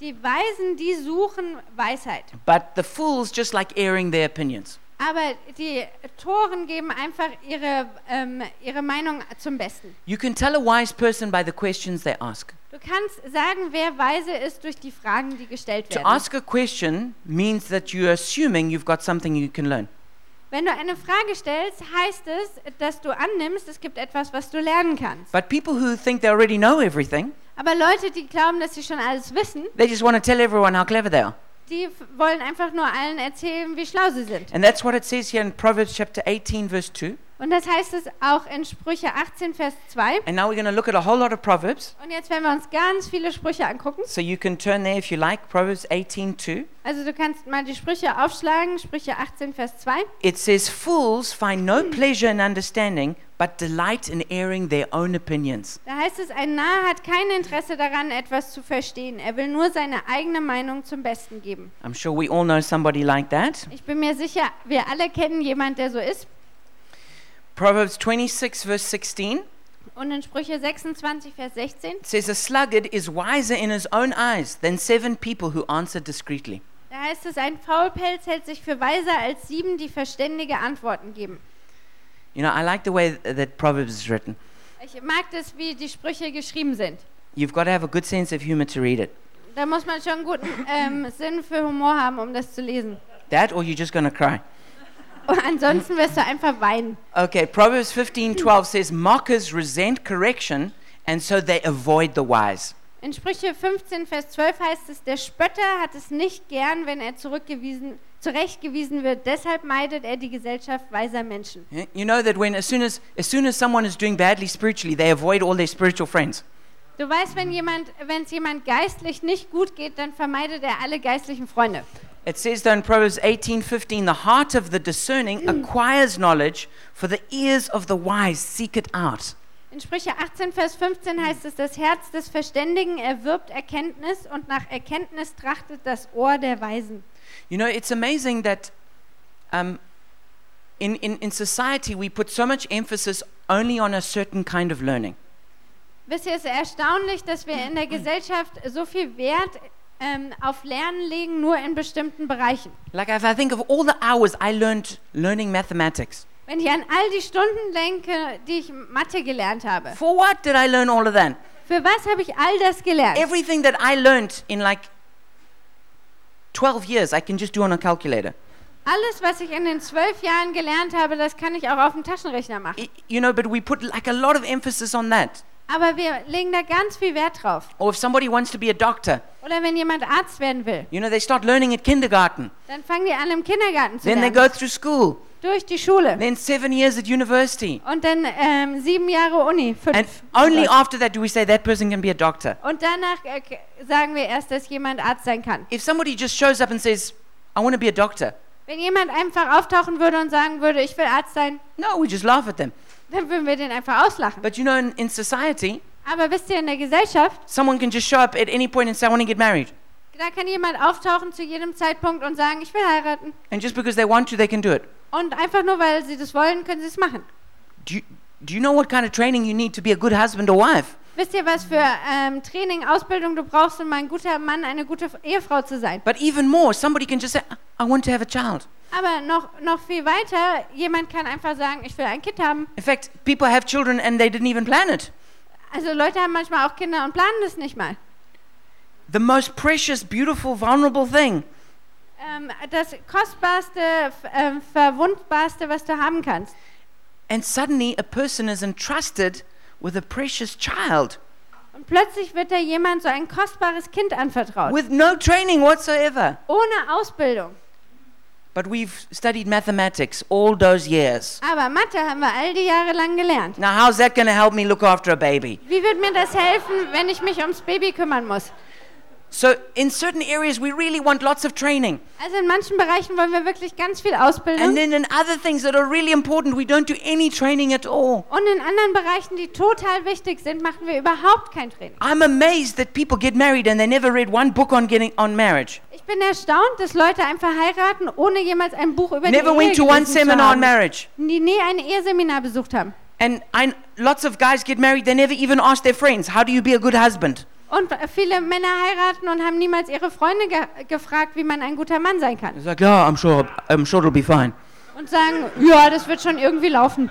B: Die Weisen, die suchen Weisheit.
A: but the fools just like airing their opinions.
B: Aber die Toren geben einfach ihre, ähm, ihre Meinung zum Besten.
A: You can tell a wise person by the questions they ask.
B: Du kannst sagen, wer weise ist durch die Fragen, die gestellt
A: To
B: werden.
A: ask a question means that you're assuming you've got something you can learn.
B: Wenn du eine Frage stellst, heißt es, dass du annimmst, es gibt etwas, was du lernen kannst.
A: But people who think they already know everything,
B: Aber Leute, die glauben, dass sie schon alles wissen,
A: they just want to tell everyone how clever they are.
B: die f- wollen einfach nur allen erzählen, wie schlau sie sind.
A: And that's what it says here in Proverbs chapter 18, verse 2.
B: Und das heißt es auch in Sprüche 18, Vers 2.
A: And now we're going to look at a whole lot of Proverbs.
B: Und jetzt werden wir uns ganz viele Sprüche angucken.
A: So you can turn there if you like, Proverbs 18, 2.
B: Also du kannst mal die Sprüche aufschlagen, Sprüche 18, Vers 2.
A: It says, Fools find no pleasure in understanding, but delight in airing their own opinions.
B: Da heißt es, ein Narr hat kein Interesse daran, etwas zu verstehen. Er will nur seine eigene Meinung zum Besten geben.
A: I'm sure we all know somebody like that.
B: Ich bin mir sicher, wir alle kennen jemanden, der so ist.
A: Proverbs 26, verse 16
B: Und in Sprüche 26, Vers 16,
A: says, A sluggard is wiser in his own eyes than seven people who answer discreetly.
B: da heißt es, ein Faulpelz hält sich für weiser als sieben, die verständige Antworten geben.
A: You know, I like the way th- that Proverbs is written.
B: Ich mag das, wie die Sprüche geschrieben sind.
A: You've got to have a good sense of humor to read it.
B: Da muss man schon einen guten ähm, Sinn für Humor haben, um das zu lesen.
A: That, or you're just going to cry.
B: Und ansonsten wirst du einfach weinen.
A: Okay, Proverbs 15, 12 says, Mockers resent correction, and so they avoid the wise.
B: In Sprüche 15, Vers 12 heißt es, der Spötter hat es nicht gern, wenn er zurückgewiesen, zurechtgewiesen wird. Deshalb meidet er die Gesellschaft weiser Menschen.
A: Yeah, Eh, You know that when as soon as as soon as someone is doing badly spiritually, they avoid all their spiritual friends.
B: Du weißt, wenn jemand, wenn es jemand geistlich nicht gut geht, dann vermeidet er alle geistlichen Freunde.
A: It says though in Proverbs 18:15, the heart of the discerning acquires knowledge, for the ears of the wise seek it out.
B: In Sprüche 18, Vers 15 heißt es, das Herz des Verständigen erwirbt Erkenntnis und nach Erkenntnis trachtet das Ohr der Weisen.
A: You know, it's amazing that um, in, in, in society we put so much emphasis only on a certain kind of learning.
B: Wisst ihr, es ist erstaunlich, dass wir in der Gesellschaft so viel Wert ähm, auf Lernen legen, nur in bestimmten Bereichen.
A: Like if I think of all the hours I learned learning mathematics,
B: Wenn ich an all die Stunden denke, die ich Mathe gelernt habe.
A: for what did I learn all of that?
B: Für was habe ich all das gelernt?
A: Everything that I learned in like 12 years, I can just do on a calculator.
B: Alles, was ich in den zwölf Jahren gelernt habe, das kann ich auch auf dem Taschenrechner machen.
A: I- You know, but we put like a lot of emphasis on that.
B: Aber wir legen da ganz viel Wert drauf.
A: Or if somebody wants to be a doctor,
B: Oder wenn jemand Arzt werden will,
A: you know, they start learning at kindergarten.
B: dann fangen die an im Kindergarten zu
A: Then they go
B: lernen,
A: through school.
B: durch die Schule
A: Then seven years at university.
B: und dann ähm, sieben Jahre Uni,
A: And
B: fünf.
A: only after that do we say that person can be a doctor.
B: Und danach äh, k- sagen wir erst, dass jemand Arzt sein kann.
A: If somebody just shows up and says, I want to be a doctor,
B: Wenn jemand einfach auftauchen würde und sagen würde, ich will Arzt sein,
A: no, we just laugh at them.
B: dann würden wir den einfach auslachen.
A: But you know, in, in society,
B: Aber wisst ihr, in der Gesellschaft,
A: someone can just show up at any point and say, I want to get married.
B: da kann jemand auftauchen zu jedem Zeitpunkt und sagen, ich will heiraten.
A: And just because they want to, they can do it.
B: Und einfach nur, weil sie das wollen, können sie es machen.
A: Do you, do you know what kind of training you need to be a good husband or wife?
B: Wisst ihr, was für ähm, Training, Ausbildung du brauchst, um ein guter Mann, eine gute Ehefrau zu sein?
A: But even more, somebody can just say, I want to have a child.
B: Aber noch, noch viel weiter, jemand kann einfach sagen, ich will ein Kind haben.
A: In fact, people have children and they didn't even plan it.
B: Also Leute haben manchmal auch Kinder und planen das nicht mal.
A: The most precious, beautiful, vulnerable thing
B: Ähm, das kostbarste, f- ähm, verwundbarste, was du haben kannst.
A: And suddenly a person is entrusted with a precious child
B: Und plötzlich wird da jemand so ein kostbares Kind anvertraut.
A: with no training whatsoever.
B: ohne Ausbildung.
A: But we've studied mathematics all those years.
B: Aber Mathe haben wir all die Jahre lang gelernt.
A: Now, how's that going to help me look after a baby?
B: Wie wird mir das helfen, wenn ich mich ums Baby kümmern muss?
A: So, in certain areas, we really want lots of training.
B: Also in manchen Bereichen wollen wir wirklich ganz viel
A: And
B: Ausbildung.
A: then, in other things that are really important, we don't do any training at all.
B: Und in anderen Bereichen, die total wichtig sind, machen wir überhaupt kein Training.
A: I'm amazed that people get married and they never read one book on getting on marriage.
B: Ich bin erstaunt, dass Leute einfach heiraten, ohne jemals ein Buch über
A: Never
B: die Ehe
A: went to one
B: gelesen zu
A: seminar on
B: haben,
A: marriage.
B: die nie ein Eheseminar besucht haben.
A: And I, lots of guys get married, they never even ask their friends, How do you be a good husband?
B: Und viele Männer heiraten und haben niemals ihre Freunde ge gefragt, wie man ein guter Mann sein kann.
A: It's like, yeah, I'm sure, I'm sure it'll be fine.
B: Und sagen, ja, das wird schon irgendwie laufen.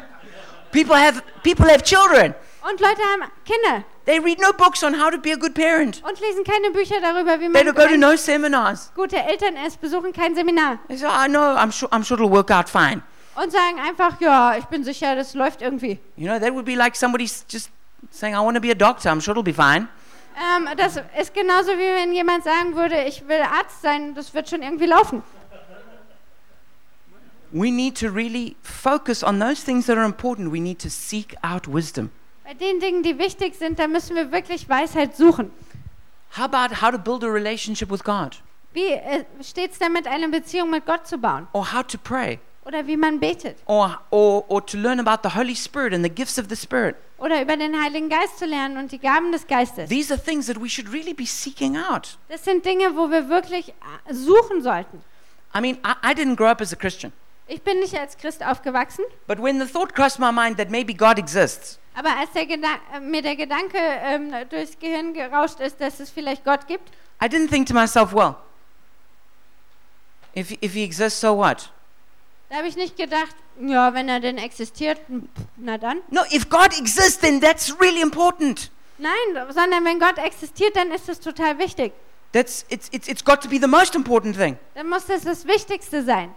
A: People have, people have children.
B: Und Leute haben Kinder
A: They read no books on how to be a good parent.
B: und lesen keine Bücher darüber, wie
A: They
B: man
A: don't go to
B: ein
A: no seminars.
B: gute Eltern ist, besuchen kein Seminar
A: They say, I know, I'm sure, I'm sure it'll work out fine.
B: und sagen einfach, ja, ich bin sicher, das läuft irgendwie.
A: You know, that would be like somebody s- just saying, I want to be a doctor. I'm sure it'll be fine.
B: Ähm, das ist genauso wie wenn jemand sagen würde, ich will Arzt sein, das wird schon irgendwie laufen.
A: We need to really focus on those things that are important. We need to seek out wisdom.
B: Bei den Dingen, die wichtig sind, da müssen wir wirklich Weisheit suchen.
A: How about how to build a relationship with God
B: Wie äh, steht es damit, eine Beziehung mit Gott zu bauen?
A: or how to pray?
B: Oder wie man betet?
A: Or, or, or to learn about the Holy Spirit and the gifts of the Spirit.
B: Oder über den Heiligen Geist zu lernen und die Gaben des Geistes?
A: These are things that we should really be seeking out.
B: Das sind Dinge, wo wir wirklich äh, suchen sollten.
A: I mean, I, I didn't grow up as a Christian,
B: Ich bin nicht als Christ aufgewachsen,
A: but when the thought crossed my mind that maybe God exists,
B: aber als der Gedan äh, mir der Gedanke ähm, durchs Gehirn gerauscht ist, dass es vielleicht Gott gibt,
A: I didn't think to myself, well, if, if he exists, so what?
B: da habe ich nicht gedacht, ja, wenn er denn existiert, hm, pff, na dann.
A: No, if God exists, then that's really important.
B: Nein, sondern wenn Gott existiert, dann ist es total wichtig.
A: That's, it's, it's, it's got to be the most important thing.
B: Dann muss das das Wichtigste sein.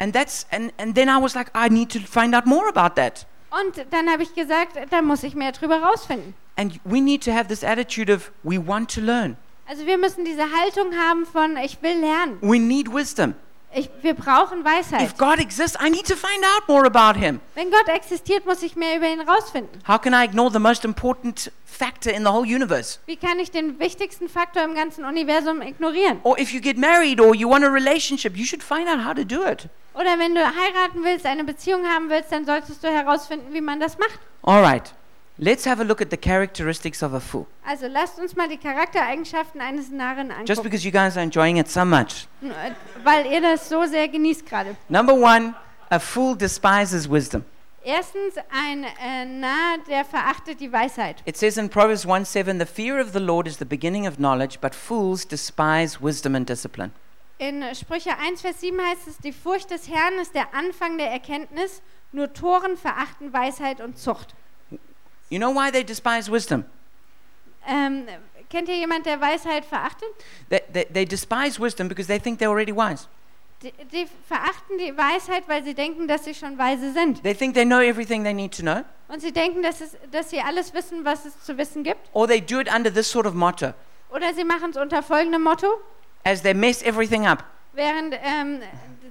A: And, that's, and, and then I was like, I need to find out more about that.
B: Und dann habe ich gesagt, da muss ich mehr drüber rausfinden.
A: And we need to have this attitude of, we want to learn.
B: Also wir müssen diese Haltung haben von, ich will lernen.
A: We need wisdom.
B: Ich, wir brauchen Weisheit.
A: If God exists, I need to find out more about him.
B: Wenn Gott existiert, muss ich mehr über ihn rausfinden.
A: How can I ignore the most important factor in the whole universe?
B: Wie kann ich den wichtigsten Faktor im ganzen Universum ignorieren?
A: Or if you get married or you want a relationship, you should find out how to do it.
B: Oder wenn du heiraten willst, eine Beziehung haben willst, dann solltest du herausfinden, wie man das macht.
A: All right, let's have a look at the characteristics of a fool.
B: Also lasst uns mal die Charaktereigenschaften eines Narren
A: Just
B: angucken,
A: because you guys are enjoying it so much.
B: äh, weil ihr das so sehr genießt gerade.
A: Number one, a fool despises wisdom.
B: Erstens, ein äh, Narr, der verachtet die Weisheit.
A: It says in Proverbs 1 7, the fear of the Lord is the beginning of knowledge, but fools despise wisdom and discipline.
B: In Sprüche 1, Vers 7 heißt es, die Furcht des Herrn ist der Anfang der Erkenntnis, nur Toren verachten Weisheit und Zucht.
A: You know why they despise wisdom?
B: Ähm, kennt ihr jemand, der Weisheit verachtet?
A: They, they, they despise wisdom because they think they're already wise.
B: Die, die verachten die Weisheit, weil sie denken, dass sie schon weise sind.
A: They think they know everything they need to know,
B: Und sie denken, dass, es, dass sie alles wissen, was es zu wissen gibt.
A: or they do it under this sort of motto
B: Oder sie machen es unter folgendem Motto,
A: as they mess everything up.
B: während ähm,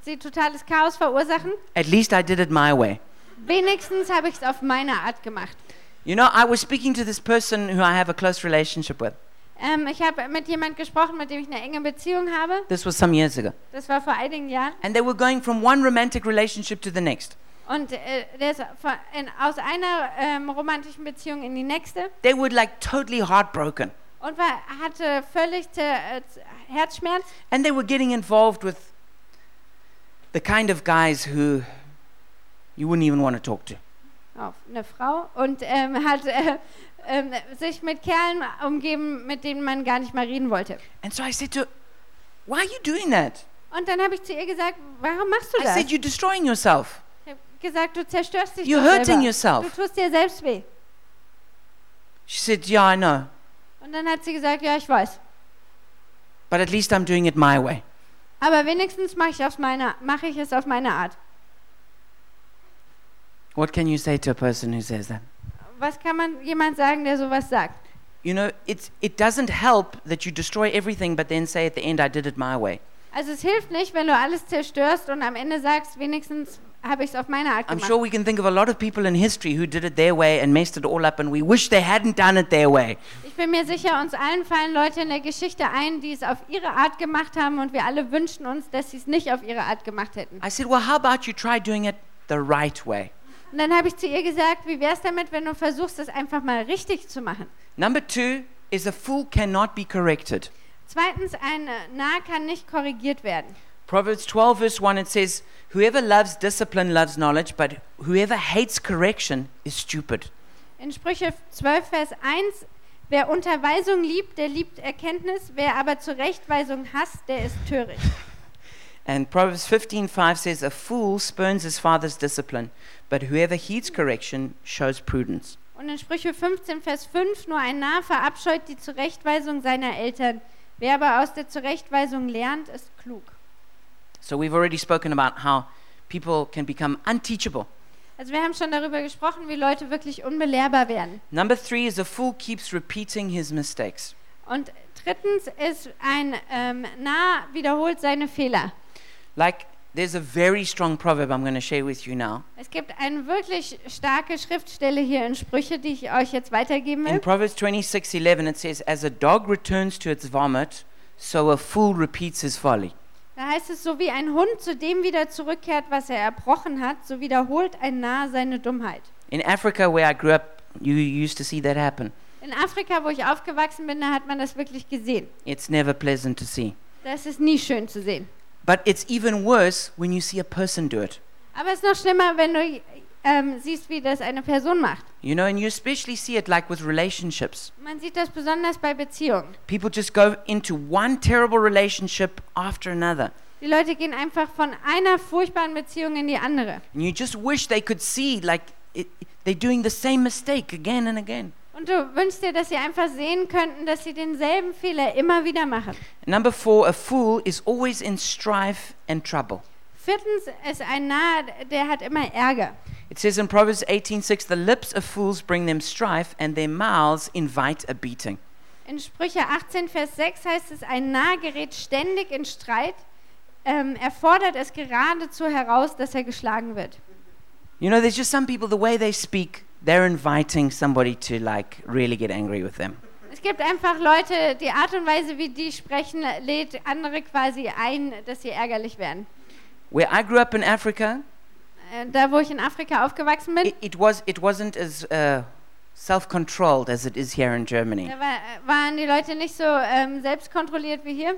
B: sie totales Chaos verursachen.
A: At least I did it my way.
B: Wenigstens habe ich es auf meine Art gemacht.
A: You know, I was speaking to this person who I have a close relationship with.
B: Ähm, ich habe mit jemand gesprochen, mit dem ich eine enge Beziehung habe.
A: This was some years ago.
B: Das war vor einigen Jahren.
A: And they were going from one romantic relationship to the next.
B: Und äh, der ist von- in, aus einer ähm, romantischen Beziehung in die nächste
A: They were like totally heartbroken.
B: und war, hatte völlig te, äh, Herzschmerz.
A: And they were getting involved with the kind of guys who you wouldn't even want to talk to.
B: auf eine Frau und ähm, hat äh, ähm, sich mit Kerlen umgeben, mit denen man gar nicht mal reden wollte.
A: And so I said to her, Why are you doing that?
B: Und dann habe ich zu ihr gesagt, warum machst du
A: I
B: das?
A: said, You're destroying yourself.
B: ich habe gesagt, du zerstörst dich
A: You're
B: doch
A: hurting
B: selber. Du
A: yourself.
B: tust dir selbst weh.
A: She said, Yeah, I know.
B: Und dann hat sie gesagt, ja, ich weiß.
A: But at least I'm doing it my way.
B: Aber wenigstens mache ich, auf meine- mache ich es auf meine Art.
A: What can you say to a person who says that?
B: Was kann man jemand sagen, der sowas sagt?
A: You know, it's, it doesn't help that you destroy everything, but then say at the end, I did it my way.
B: Also es hilft nicht, wenn du alles zerstörst und am Ende sagst, wenigstens habe ich es auf meine Art
A: I'm
B: gemacht.
A: sure we can think of a lot of people in history who did it their way and messed it all up, and we wish they hadn't done it their way.
B: Ich bin mir sicher, uns allen fallen Leute in der Geschichte ein, die es auf ihre Art gemacht haben und wir alle wünschen uns, dass sie es nicht auf ihre Art gemacht hätten.
A: I said, Well, how about you try doing it the right way?
B: Und dann habe ich zu ihr gesagt, wie wäre es damit, wenn du versuchst, es einfach mal richtig zu machen?
A: Number two is a fool cannot be corrected.
B: Zweitens, ein äh, Narr kann nicht korrigiert werden.
A: Proverbs 12, verse 1, it says, Whoever loves discipline loves knowledge, but whoever hates correction is stupid.
B: In Sprüche 12, Vers 1, wer Unterweisung liebt, der liebt Erkenntnis, wer aber Zurechtweisung hasst, der ist töricht.
A: And Proverbs 15, 5 says, A fool spurns his father's discipline, but whoever heeds correction shows prudence.
B: Und in Sprüche 15, Vers 5, nur ein Narr verabscheut die Zurechtweisung seiner Eltern. Wer aber aus der Zurechtweisung lernt, ist klug.
A: So we've already spoken about how people can become unteachable.
B: Also wir haben schon darüber gesprochen, wie Leute wirklich unbelehrbar werden.
A: Number three is a fool keeps repeating his mistakes.
B: Und drittens ist ein ähm, Narr wiederholt seine Fehler.
A: Like, there's a very strong proverb I'm going to share with you now.
B: Es gibt eine wirklich starke Schriftstelle hier in Sprüche, die ich euch jetzt weitergeben
A: In
B: will.
A: Proverbs 26:11, it says, As a dog returns to its vomit, so a fool repeats his folly.
B: Da heißt es, so wie ein Hund zu dem wieder zurückkehrt, was er erbrochen hat, so wiederholt ein Narr seine Dummheit.
A: In Africa, where I grew up, you used to see that happen.
B: In Afrika, wo ich aufgewachsen bin, da hat man das wirklich gesehen.
A: It's never pleasant to see.
B: Das ist nie schön zu sehen.
A: But it's even worse when you see a person do it.
B: Aber es ist noch schlimmer, wenn du ähm, siehst, wie das eine Person macht.
A: You know, and you especially see it like with relationships.
B: Man sieht das besonders bei Beziehungen.
A: People just go into one terrible relationship after another.
B: Die Leute gehen einfach von einer furchtbaren Beziehung in die andere.
A: And you just wish they could see, like, it, they're doing the same mistake again and again.
B: Und du wünschst dir, dass sie einfach sehen könnten, dass sie denselben Fehler immer wieder machen.
A: Number four, a fool is always in strife and trouble.
B: Viertens ist ein Narr, der hat immer Ärger.
A: It says in Proverbs 18:6, "The lips of fools bring them strife, and their mouths invite a beating."
B: In Sprüche 18, Vers 6 heißt es, ein Narr gerät ständig in Streit. Ähm, er fordert es geradezu heraus, dass er geschlagen wird.
A: You know, there's just some people the way they speak, they're inviting somebody to like really get angry with them.
B: Es gibt einfach Leute, die Art und Weise, wie die sprechen, lädt andere quasi ein, dass sie ärgerlich werden.
A: Where I grew up in Africa,
B: Äh, da, wo ich in Afrika aufgewachsen bin,
A: it, it was it wasn't as uh, self-controlled as it is here in Germany.
B: Da war, waren die Leute nicht so ähm, selbstkontrolliert wie hier.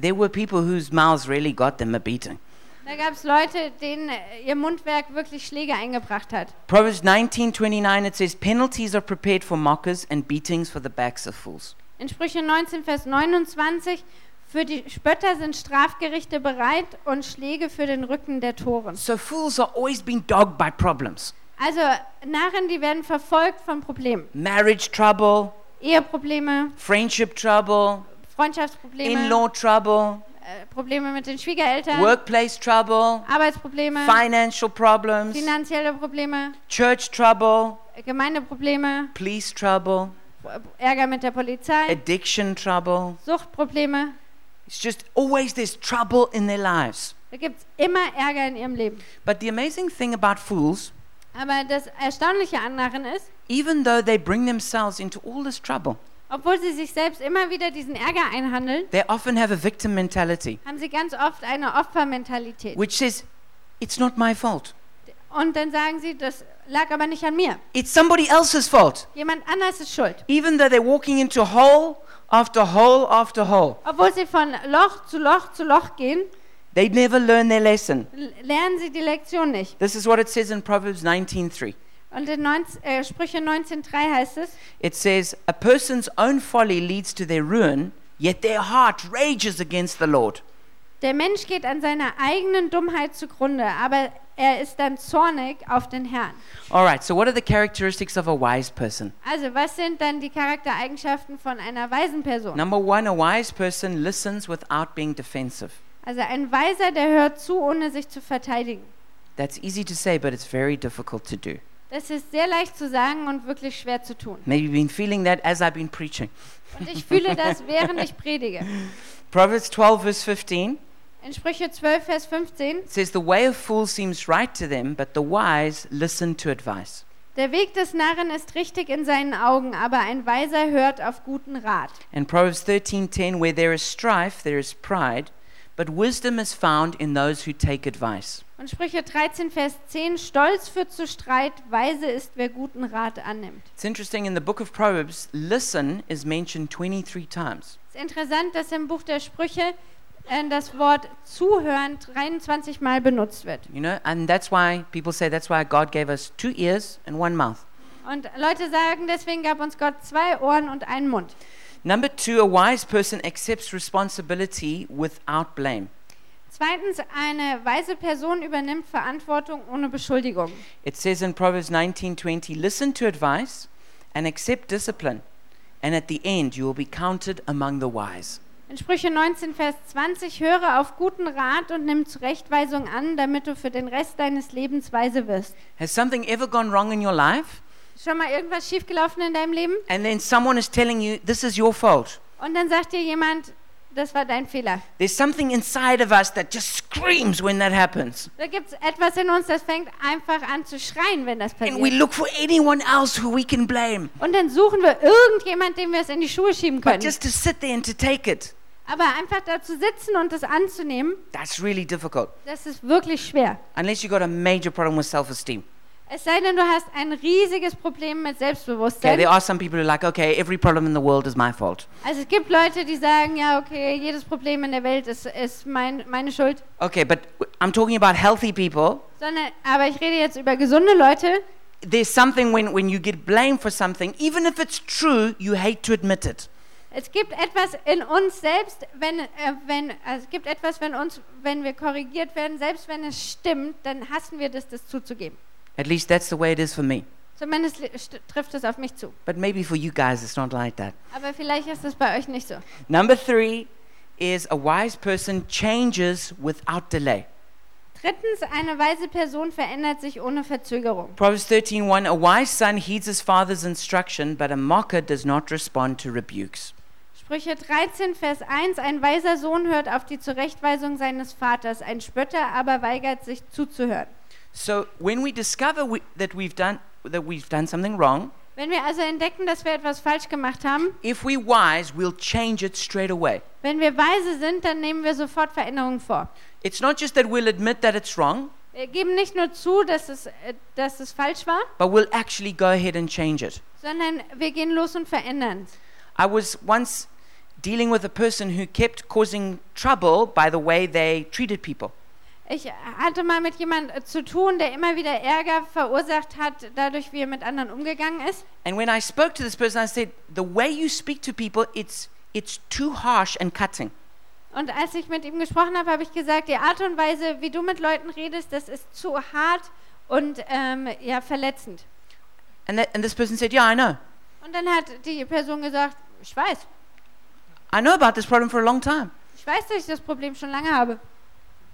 A: There were people whose mouths really got them a beating.
B: Da gab es Leute, denen äh, ihr Mundwerk wirklich Schläge eingebracht hat.
A: Proverbs 19:29 it says, "Penalties are prepared for mockers and beatings for the backs of fools."
B: In Sprüche 19, Vers 29, für die Spötter sind Strafgerichte bereit und Schläge für den Rücken der Toren.
A: So fools are always being dogged by problems.
B: Also Narren, die werden verfolgt von Problemen.
A: Marriage trouble,
B: Eheprobleme,
A: friendship trouble,
B: Freundschaftsprobleme,
A: in law trouble,
B: äh, Probleme mit den Schwiegereltern,
A: workplace trouble,
B: Arbeitsprobleme,
A: financial problems,
B: finanzielle Probleme,
A: church trouble,
B: Gemeindeprobleme,
A: police trouble,
B: Ärger mit der Polizei,
A: addiction trouble.
B: Suchtprobleme.
A: It's just always there's trouble in their lives.
B: Da gibt es immer Ärger in ihrem Leben.
A: But the amazing thing about fools,
B: Aber das Erstaunliche an Narren ist,
A: even though they bring themselves into all this trouble,
B: obwohl sie sich selbst immer wieder diesen Ärger einhandeln,
A: they often have a victim mentality,
B: haben sie ganz oft eine Opfermentalität.
A: which says, it's not my fault.
B: Und dann sagen sie, das lag aber nicht an mir.
A: It's somebody else's fault.
B: Jemand anders ist schuld.
A: Even though they're walking into hole after hole after hole,
B: Obwohl sie von Loch zu Loch zu Loch gehen,
A: they never learn their lesson.
B: l- lernen sie die Lektion nicht.
A: This is what it says in Proverbs 19:3.
B: Und in 19, äh, Sprüche 19.3 heißt es,
A: It says, "A person's own folly leads to their ruin, yet their heart rages against the Lord."
B: der Mensch geht an seiner eigenen Dummheit zugrunde, aber er ist dann zornig auf den Herrn.
A: All right, so what are the characteristics of a wise person?
B: Also, was sind dann die Charaktereigenschaften von einer weisen Person?
A: Number 1, a wise person listens without being defensive.
B: Also, ein Weiser, der hört zu, ohne sich zu verteidigen.
A: That's easy to say, but it's very difficult to do.
B: Das ist sehr leicht zu sagen und wirklich schwer zu tun.
A: Maybe you've been feeling that as I've been preaching.
B: Und ich fühle das, während ich predige.
A: Proverbs 12 verse 15
B: In Sprüche 12, Vers 15,
A: It says, The way of fools seems right to them, but the wise listen to advice.
B: der Weg des Narren ist richtig in seinen Augen, aber ein Weiser hört auf guten Rat.
A: And Proverbs 13:10, Where there is strife, there is pride, but wisdom is found in those who take advice.
B: Und Sprüche 13, Vers 10, Stolz führt zu Streit, weise ist, wer guten Rat annimmt.
A: It's interesting, in the book of Proverbs, listen is mentioned 23 times.
B: Es ist interessant, dass im Buch der Sprüche äh, das Wort zuhören 23 Mal benutzt wird.
A: You know, and that's why people say that's why God gave us two ears and one mouth.
B: Und Leute sagen, deswegen gab uns Gott zwei Ohren und einen Mund.
A: Number two, a wise person accepts responsibility without blame.
B: Zweitens, eine weise Person übernimmt Verantwortung ohne Beschuldigung.
A: It says in Proverbs 19:20, "Listen to advice and accept discipline, and at the end you will be counted among the wise."
B: In Sprüche 19, Vers 20, höre auf guten Rat und nimm Zurechtweisung an, damit du für den Rest deines Lebens weise wirst.
A: Has something ever gone wrong in your life
B: Ist Schon mal irgendwas schiefgelaufen in deinem Leben?
A: and then someone is telling you this is your fault?
B: Und dann sagt dir jemand, das war dein Fehler.
A: There's something inside of us that just screams when that happens.
B: Da gibt es etwas in uns, das fängt einfach an zu schreien, wenn das
A: And we
B: passiert.
A: look for anyone else who we can blame,
B: Und dann suchen wir irgendjemand, dem wir es in die Schuhe schieben
A: but
B: können.
A: just to sit there and to take it,
B: Aber einfach da zu sitzen und das anzunehmen,
A: that's really difficult.
B: das ist wirklich schwer.
A: Unless you've got a major problem with self-esteem.
B: Es sei denn, du hast ein riesiges Problem mit
A: Okay,
B: Selbstbewusstsein.
A: there are some people who are like, okay, every problem in the world is my fault.
B: Also es gibt Leute, die sagen, ja, okay, jedes Problem in der Welt ist, ist mein, meine Schuld.
A: Okay, but w- I'm talking about healthy people.
B: Sondern, aber ich rede jetzt über gesunde Leute.
A: There's something when, when you get blamed for something, even if it's true, you hate to admit it.
B: Es gibt etwas in uns selbst, wenn, äh, wenn also es gibt etwas, wenn uns, wenn wir korrigiert werden, selbst wenn es stimmt, dann hassen wir das, das zuzugeben.
A: At least that's the way it is for me.
B: Zumindest li- st- trifft es auf mich zu.
A: But maybe for you guys, it's not like that.
B: Aber vielleicht ist es bei euch nicht so.
A: Number three is a wise person changes without delay.
B: Drittens, eine weise Person verändert sich ohne Verzögerung.
A: Proverbs 13:1 A wise son heeds his father's instruction, but a mocker does not respond to rebukes.
B: Sprüche 13, Vers 1. Ein weiser Sohn hört auf die Zurechtweisung seines Vaters, ein Spötter aber weigert sich zuzuhören.
A: So when we discover we, that we've done that we've done something wrong,
B: Wenn wir also entdecken, dass wir etwas falsch gemacht haben,
A: if we're wise, we'll change it straight away.
B: wenn wir weise sind, dann nehmen wir sofort Veränderungen vor.
A: It's not just that we'll admit that it's wrong,
B: Wir geben nicht nur zu, dass es, äh, dass es falsch war,
A: but we'll actually go ahead and change it.
B: sondern wir gehen los und verändern es.
A: I was once dealing with a person who kept causing trouble by the way they treated people.
B: Ich hatte mal mit jemandem zu tun, der immer wieder Ärger verursacht hat, dadurch, wie er mit anderen umgegangen ist.
A: And when I spoke to this person, I said, "The way you speak to people, it's it's too harsh and cutting."
B: Und als ich mit ihm gesprochen habe, habe ich gesagt, die Art und Weise, wie du mit Leuten redest, das ist zu hart und ähm, ja, verletzend.
A: And that, and this person said, "Yeah, I know.
B: Und dann hat die Person gesagt, ich weiß,
A: I know about this problem for a long time."
B: ich Ich weiß, dass ich das Problem schon lange habe.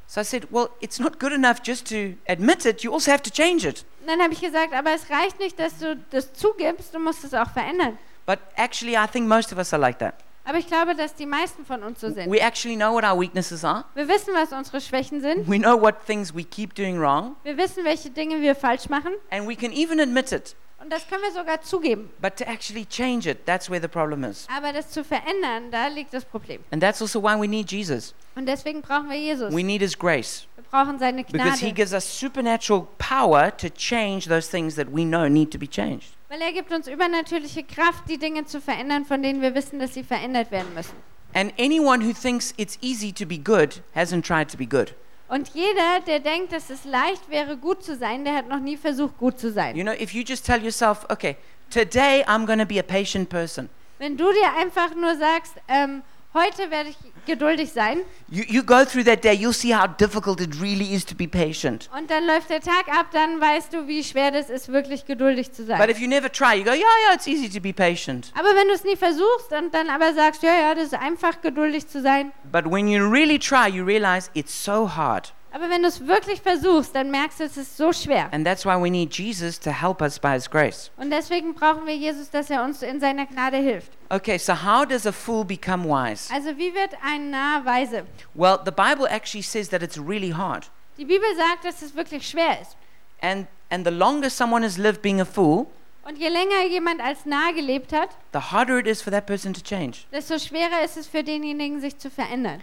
A: So I said, Well, it's not good enough just to admit it, you also have to change it.
B: Und dann habe ich gesagt, aber es reicht nicht, dass du das zugibst, du musst es auch verändern.
A: But actually, I think most of us are like that.
B: Aber ich glaube, dass die meisten von uns so sind.
A: We actually know what our weaknesses are,
B: Wir wissen, was unsere Schwächen sind.
A: we know what things we keep doing wrong,
B: Wir wissen, welche Dinge wir falsch machen.
A: and we can even admit it.
B: Und das können wir sogar zugeben.
A: But to actually change it, that's where the problem is.
B: Aber das zu verändern, da liegt das Problem.
A: And that's also why we need Jesus.
B: Und deswegen brauchen wir Jesus.
A: We need his grace
B: Wir brauchen seine
A: because he
B: Gnade.
A: gives us supernatural power to change those things that we know need to be changed.
B: Weil er gibt uns übernatürliche Kraft, die Dinge zu verändern, von denen wir wissen, dass sie verändert werden müssen.
A: And anyone who thinks it's easy to be good hasn't tried to be good.
B: Und jeder, der denkt, dass es leicht wäre, gut zu sein, der hat noch nie versucht, gut zu sein.
A: You know, if you just tell yourself, okay, today I'm going to be a patient person,
B: Wenn du dir einfach nur sagst, ähm, heute werde ich geduldig sein
A: you, you go through that day, you'll see how difficult it really is to be patient.
B: und dann läuft der Tag ab, dann weißt du, wie schwer das ist, wirklich geduldig zu sein.
A: But if you never try, you go, yeah, yeah, it's easy to be patient.
B: aber wenn du es nie versuchst und dann aber sagst, ja, ja, das ist einfach, geduldig zu sein.
A: But when you really try, you realize it's so hard.
B: Aber wenn du es wirklich versuchst, dann merkst du, es ist so schwer.
A: And that's why we need Jesus to help us by his grace.
B: Und deswegen brauchen wir Jesus, dass er uns in seiner Gnade hilft.
A: Okay, so how does a fool become wise?
B: Also wie wird ein Narr weise?
A: Well, the Bible actually says that it's really hard.
B: Die Bibel sagt, dass es wirklich schwer ist.
A: And, and the longer someone has lived being a fool,
B: Und je länger jemand als Narr gelebt hat,
A: the harder it is for that person to change.
B: desto schwerer ist es für denjenigen, sich zu verändern.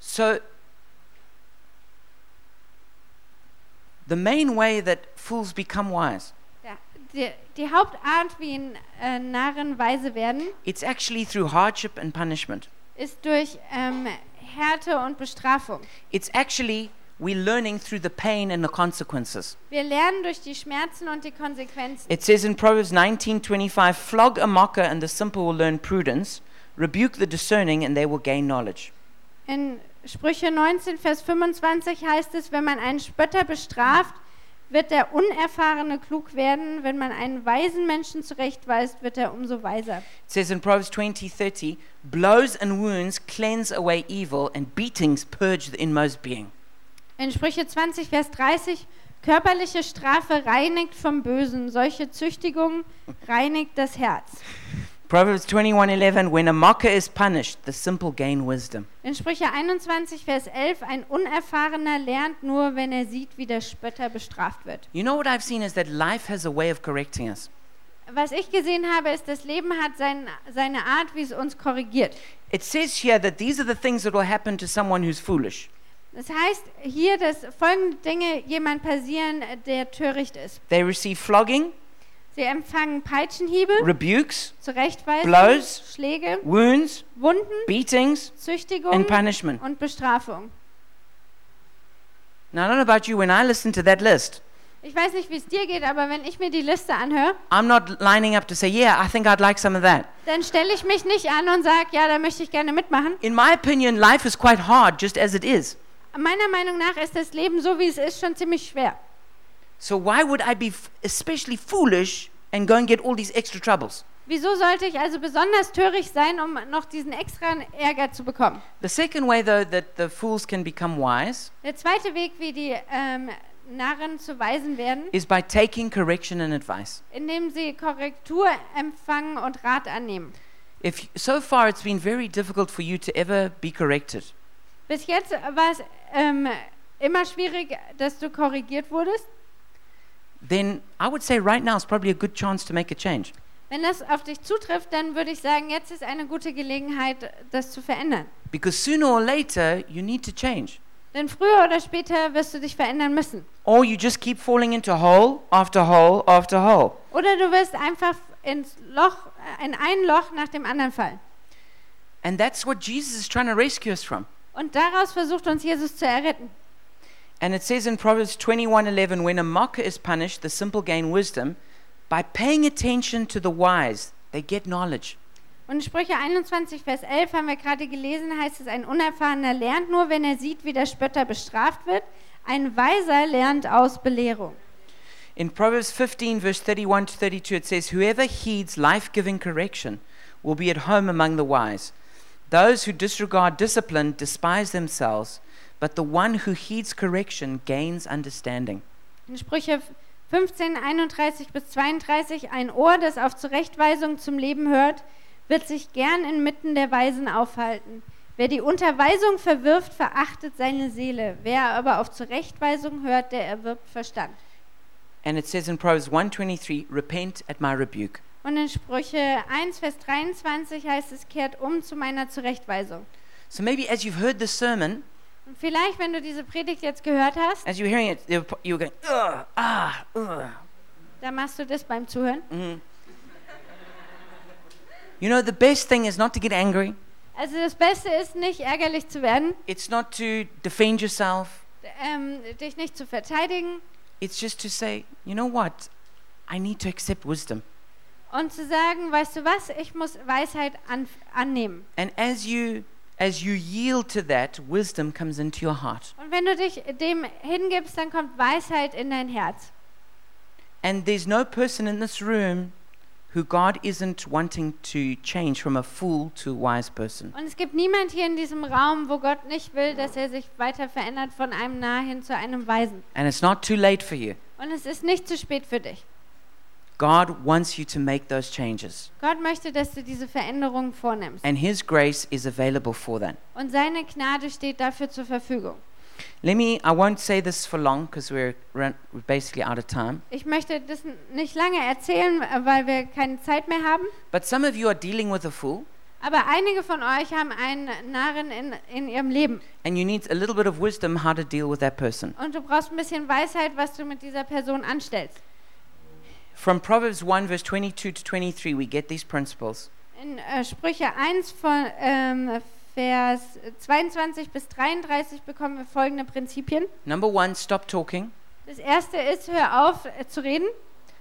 A: So, the main way that fools become wise,
B: Ja, die, die Hauptart, wie ein äh, Narren weise werden,
A: it's actually through hardship and punishment.
B: ist durch ähm, Härte und Bestrafung.
A: It's actually we're learning through the pain and the consequences.
B: Wir lernen durch die Schmerzen und die Konsequenzen.
A: It says in Proverbs 19:25, "Flog a mocker, and the simple will learn prudence; rebuke the discerning, and they will gain knowledge."
B: In Sprüche 19, Vers 25 heißt es, wenn man einen Spötter bestraft, wird der Unerfahrene klug werden. Wenn man einen weisen Menschen zurechtweist, wird er umso weiser.
A: It says in Proverbs 20:30, "Blows and wounds cleanse away evil, and beatings purge the inmost being."
B: In Sprüche 20, Vers 30, körperliche Strafe reinigt vom Bösen, solche Züchtigung reinigt das Herz.
A: Proverbs 21:11, "When a mocker is punished, the simple gain wisdom."
B: In Sprüche 21, Vers 11, ein Unerfahrener lernt nur, wenn er sieht, wie der Spötter bestraft wird.
A: You know what I've seen is that life has a way of correcting us.
B: Was ich gesehen habe, ist, das Leben hat sein, seine Art, wie es uns korrigiert.
A: It says here that these are the things that will happen to someone who's foolish.
B: Das heißt hier, dass folgende Dinge jemand passieren, äh, der töricht ist.
A: They receive flogging,
B: Sie empfangen Peitschenhiebe,
A: rebukes,
B: Zurechtweisung,
A: Blows.
B: Schläge,
A: wounds,
B: Wunden,
A: beatings,
B: Züchtigung
A: and punishment.
B: und Bestrafung.
A: Now, I don't know about you, when I listen to that list,
B: Ich weiß nicht, wie es dir geht, aber wenn ich mir die Liste anhöre,
A: I'm not lining up to say, yeah, I think I'd like some of that.
B: dann stelle ich mich nicht an und sage, ja, da möchte ich gerne mitmachen.
A: In my opinion, life is quite hard just as it is.
B: Meiner Meinung nach ist das Leben so, wie es ist, schon ziemlich schwer.
A: So, why would I be f- especially foolish and go and get all these extra troubles?
B: Wieso sollte ich also besonders töricht sein, um noch diesen extra Ärger zu bekommen?
A: The second way, though, that the fools can become wise
B: Der zweite Weg, wie die ähm, Narren zu Weisen werden,
A: is by taking correction and advice.
B: indem sie Korrektur empfangen und Rat annehmen.
A: If so far it's been very difficult for you to ever be corrected,
B: Bis jetzt war es ähm, immer schwierig, dass du korrigiert wurdest.
A: then I would say right now is probably a good chance to make a change.
B: Wenn das auf dich zutrifft, dann würde ich sagen, jetzt ist eine gute Gelegenheit, das zu verändern.
A: Because sooner or later, you need to change.
B: Denn früher oder später wirst du dich verändern müssen.
A: Or you just keep falling into hole after hole after hole.
B: Oder du wirst einfach ins Loch, äh, in ein Loch nach dem anderen fallen.
A: And that's what Jesus is trying to rescue us from.
B: Und daraus versucht uns Jesus zu erretten.
A: And it says in Proverbs 21:11, when a mocker is punished, the simple gain wisdom. By paying attention to the wise, they get knowledge.
B: Und in Sprüche 21, Vers 11 haben wir gerade gelesen, heißt es, ein Unerfahrener lernt nur, wenn er sieht, wie der Spötter bestraft wird. Ein Weiser lernt aus Belehrung.
A: In Proverbs 15, verse 31 to 32, it says, Whoever heeds life giving correction will be at home among the wise. Those who disregard discipline despise themselves, but the one who heeds correction gains understanding.
B: In Sprüche 15, 31 bis 32, ein Ohr, das auf Zurechtweisung zum Leben hört, wird sich gern inmitten der Weisen aufhalten. Wer die Unterweisung verwirft, verachtet seine Seele. Wer aber auf Zurechtweisung hört, der erwirbt Verstand.
A: And it says in Proverbs 123, repent at my rebuke.
B: Und in Sprüche 1, Vers 23 heißt es, kehrt um zu meiner Zurechtweisung.
A: So maybe as you've heard this sermon,
B: Und vielleicht, wenn du diese Predigt jetzt gehört hast,
A: as you're hearing it, you're p- you're going, ugh, ah, ugh.
B: dann machst du das beim Zuhören.
A: mhm." You know, the best thing is not to get angry.
B: Also das Beste ist, nicht ärgerlich zu werden,
A: It's not to defend yourself.
B: ähm, dich nicht zu verteidigen
A: It's just to say, you know what? I need to accept wisdom.
B: und zu sagen, weißt du was, ich muss Weisheit an, annehmen.
A: And as you as you yield to that, wisdom comes into your heart.
B: Und wenn du dich dem hingibst, dann kommt Weisheit in dein Herz.
A: And there's no person in this room who God isn't wanting to change from a fool to a wise person.
B: Und es gibt niemand hier in diesem Raum, wo Gott nicht will, dass er sich weiter verändert von einem Nah hin zu einem Weisen.
A: And it's not too late for you.
B: Und es ist nicht zu spät für dich.
A: God wants you to make those changes.
B: Gott möchte, dass du diese Veränderung vornimmst.
A: And his grace is available for that.
B: Und seine Gnade steht dafür zur Verfügung.
A: Let me I won't say this for long because we're, run- we're basically out of time.
B: Ich möchte das n- nicht lange erzählen, äh, weil wir keine Zeit mehr haben.
A: But some of you are dealing with a fool
B: Aber einige von euch haben einen Narren in, in ihrem Leben.
A: and you need a little bit of wisdom how to deal with that person.
B: Und du brauchst ein bisschen Weisheit, was du mit dieser Person anstellst.
A: From Proverbs 1 verse 22 to 23 we get these principles.
B: In äh, Sprüche 1 von ähm, Vers 22 bis 33 bekommen wir folgende Prinzipien.
A: Number one, stop talking.
B: Das erste ist, hör auf äh, zu reden.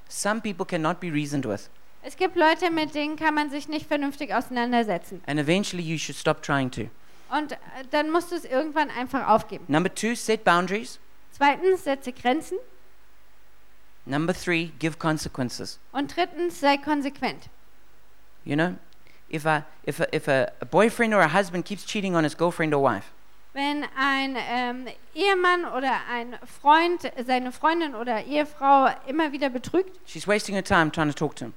A: Some people cannot be reasoned with,
B: Es gibt Leute, mit denen kann man sich nicht vernünftig auseinandersetzen.
A: and eventually you should stop trying to.
B: Und äh, dann musst du es irgendwann einfach aufgeben.
A: Number two, set boundaries.
B: Zweitens, setze Grenzen.
A: Number three, give consequences.
B: Und drittens, sei konsequent.
A: You know, if a, if a, if a, a boyfriend or a husband keeps cheating on his girlfriend or wife,
B: Wenn ein ähm, Ehemann oder ein Freund seine Freundin oder Ehefrau immer wieder betrügt,
A: she's wasting her time trying to talk to him.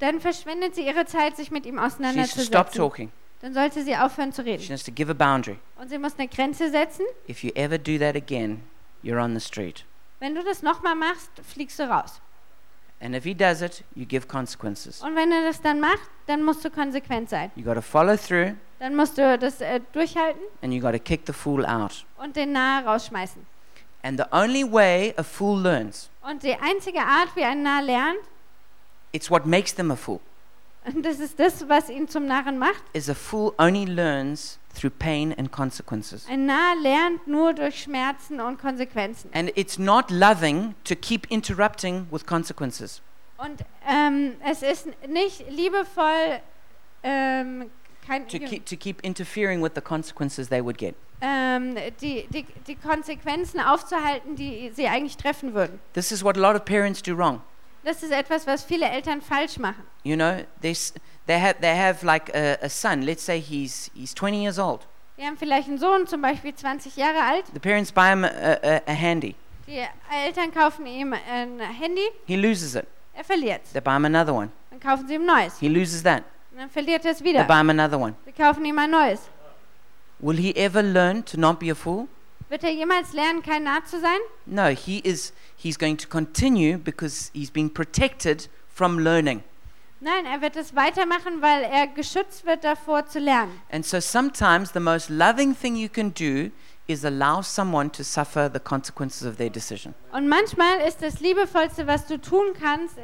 B: dann verschwendet sie ihre Zeit, sich mit ihm
A: She should stop
B: auseinanderzusetzen.
A: talking.
B: Dann sollte sie aufhören zu
A: She
B: reden.
A: needs to give a boundary.
B: Und sie muss eine Grenze setzen.
A: If you ever do that again, you're on the street.
B: Wenn du das nochmal machst, fliegst du raus.
A: And if he does it, you give consequences.
B: Und wenn er das dann macht, dann musst du konsequent sein.
A: You got to follow through,
B: Dann musst du das äh, durchhalten
A: and you got to kick the fool out.
B: und den Nahe rausschmeißen.
A: And the only way a fool learns,
B: Und die einzige Art, wie ein Narr lernt,
A: it's what makes them a fool.
B: und das ist das, was ihn zum Narren macht,
A: is a fool only learns through pain and consequences.
B: ein Narr lernt nur durch Schmerzen und Konsequenzen.
A: And it's not loving to keep interrupting with consequences.
B: Und ähm, es ist nicht liebevoll, ähm, kein,
A: To keep to keep interfering with the consequences they would get.
B: ähm, die, die, die Konsequenzen aufzuhalten, die sie eigentlich treffen würden.
A: This is what a lot of parents do wrong.
B: Das ist etwas, was viele Eltern falsch machen.
A: You know, they s- they have they have like a, a son. Let's say he's he's 20 years old.
B: Wir haben vielleicht einen Sohn, zum Beispiel 20 Jahre alt.
A: The parents buy him a, a, a handy.
B: Die Eltern kaufen ihm ein Handy,
A: He loses it.
B: er verliert
A: They buy him another one.
B: Dann kaufen sie ihm neues.
A: He loses that.
B: Und dann verliert er es
A: They
B: wieder.
A: buy him another one.
B: Sie kaufen ihm ein neues.
A: Will he ever learn to not be a fool?
B: Wird er jemals lernen, kein Narr zu sein?
A: No, he is he's going to continue because he's being protected from learning.
B: Nein, er wird es weitermachen, weil er geschützt wird davor zu lernen.
A: And so sometimes the most loving thing you can do is allow someone to suffer the consequences of their decision.
B: Und manchmal ist das Liebevollste, was du tun kannst,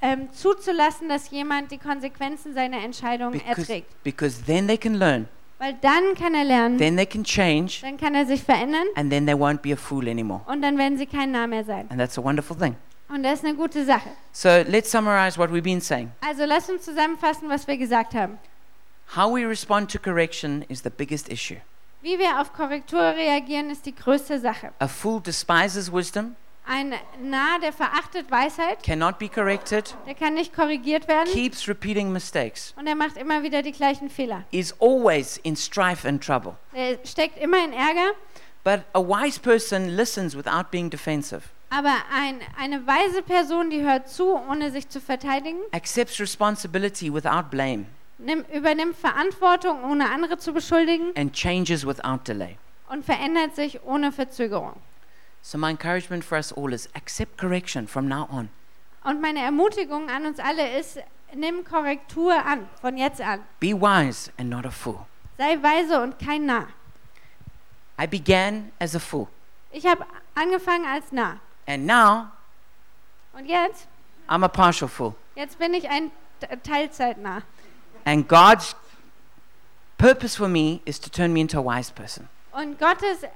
B: ähm, zuzulassen, dass jemand die Konsequenzen seiner Entscheidung
A: Because,
B: erträgt.
A: because then they can learn,
B: Weil dann kann er lernen,
A: then they can change,
B: dann kann er sich verändern
A: and then they won't be a fool anymore.
B: und dann werden sie kein Narr mehr sein.
A: And that's a wonderful thing.
B: Und das ist eine gute Sache.
A: So let's summarize what we've been saying.
B: Also lass uns zusammenfassen, was wir gesagt haben.
A: How we respond to correction is the biggest issue.
B: Wie wir auf Korrektur reagieren, ist die größte Sache.
A: A fool despises wisdom,
B: Ein Narr, der verachtet Weisheit,
A: cannot be corrected,
B: der kann nicht korrigiert werden
A: keeps repeating mistakes,
B: und er macht immer wieder die gleichen Fehler.
A: is always in strife and trouble.
B: Er steckt immer in Ärger,
A: But a wise person listens without being defensive,
B: aber ein, eine weise Person, die hört zu, ohne sich zu verteidigen,
A: accepts responsibility without blame,
B: nimm, übernimmt Verantwortung, ohne andere zu beschuldigen
A: and changes without delay.
B: und verändert sich ohne Verzögerung.
A: So, my encouragement for us all is accept correction from now on.
B: Und meine Ermutigung an uns alle ist, nimm Korrektur an, von jetzt an.
A: Be wise and not a fool.
B: Sei weise und kein Narr.
A: I began as a fool,
B: Ich habe angefangen als Narr.
A: and now
B: Und jetzt?
A: I'm a partial fool.
B: Jetzt bin ich ein T- Teilzeitnarr.
A: And God's purpose for me is to turn me into a wise person.
B: Und Gottes äh,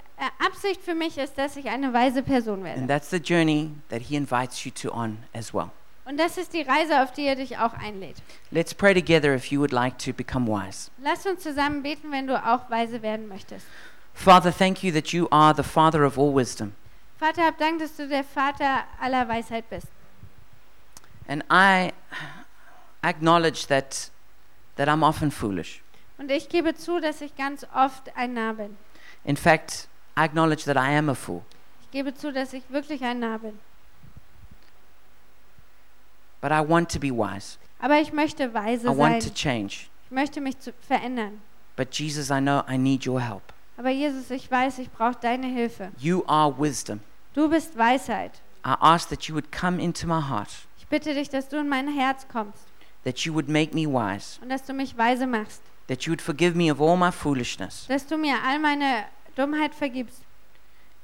B: Absicht für mich ist, dass ich eine weise Person
A: And
B: werde.
A: that's the journey that He invites you to on as well.
B: Und das ist die Reise, auf die er dich auch einlädt.
A: Let's pray together if you would like to become wise.
B: Lass uns zusammen beten, wenn du auch weise werden möchtest.
A: Father, thank you that you are the Father of all wisdom.
B: Vater, hab Dank, dass du der Vater aller Weisheit bist.
A: And I acknowledge that, that I'm often foolish.
B: Und ich gebe zu, dass ich ganz oft ein Narr bin.
A: In fact, I acknowledge that I am a fool.
B: Ich gebe zu, dass ich wirklich ein Narr bin.
A: But I want to be wise.
B: Aber ich möchte weise
A: I want to
B: sein.
A: change.
B: Ich möchte mich zu verändern.
A: But Jesus, I know I need your help.
B: Aber Jesus, ich weiß, ich brauche deine Hilfe.
A: You are wisdom.
B: Du bist Weisheit.
A: I ask that you would come into my heart,
B: Ich bitte dich, dass du in mein Herz kommst
A: that you would make me wise,
B: und dass du mich weise machst,
A: that you would forgive me of all my foolishness,
B: dass du mir all meine Dummheit vergibst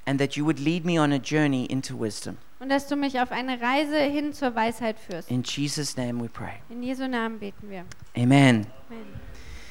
A: and that you would lead me on a journey into wisdom.
B: und dass du mich auf eine Reise hin zur Weisheit führst.
A: In Jesus' name we pray.
B: In Jesu Namen beten wir.
A: Amen.
B: Amen.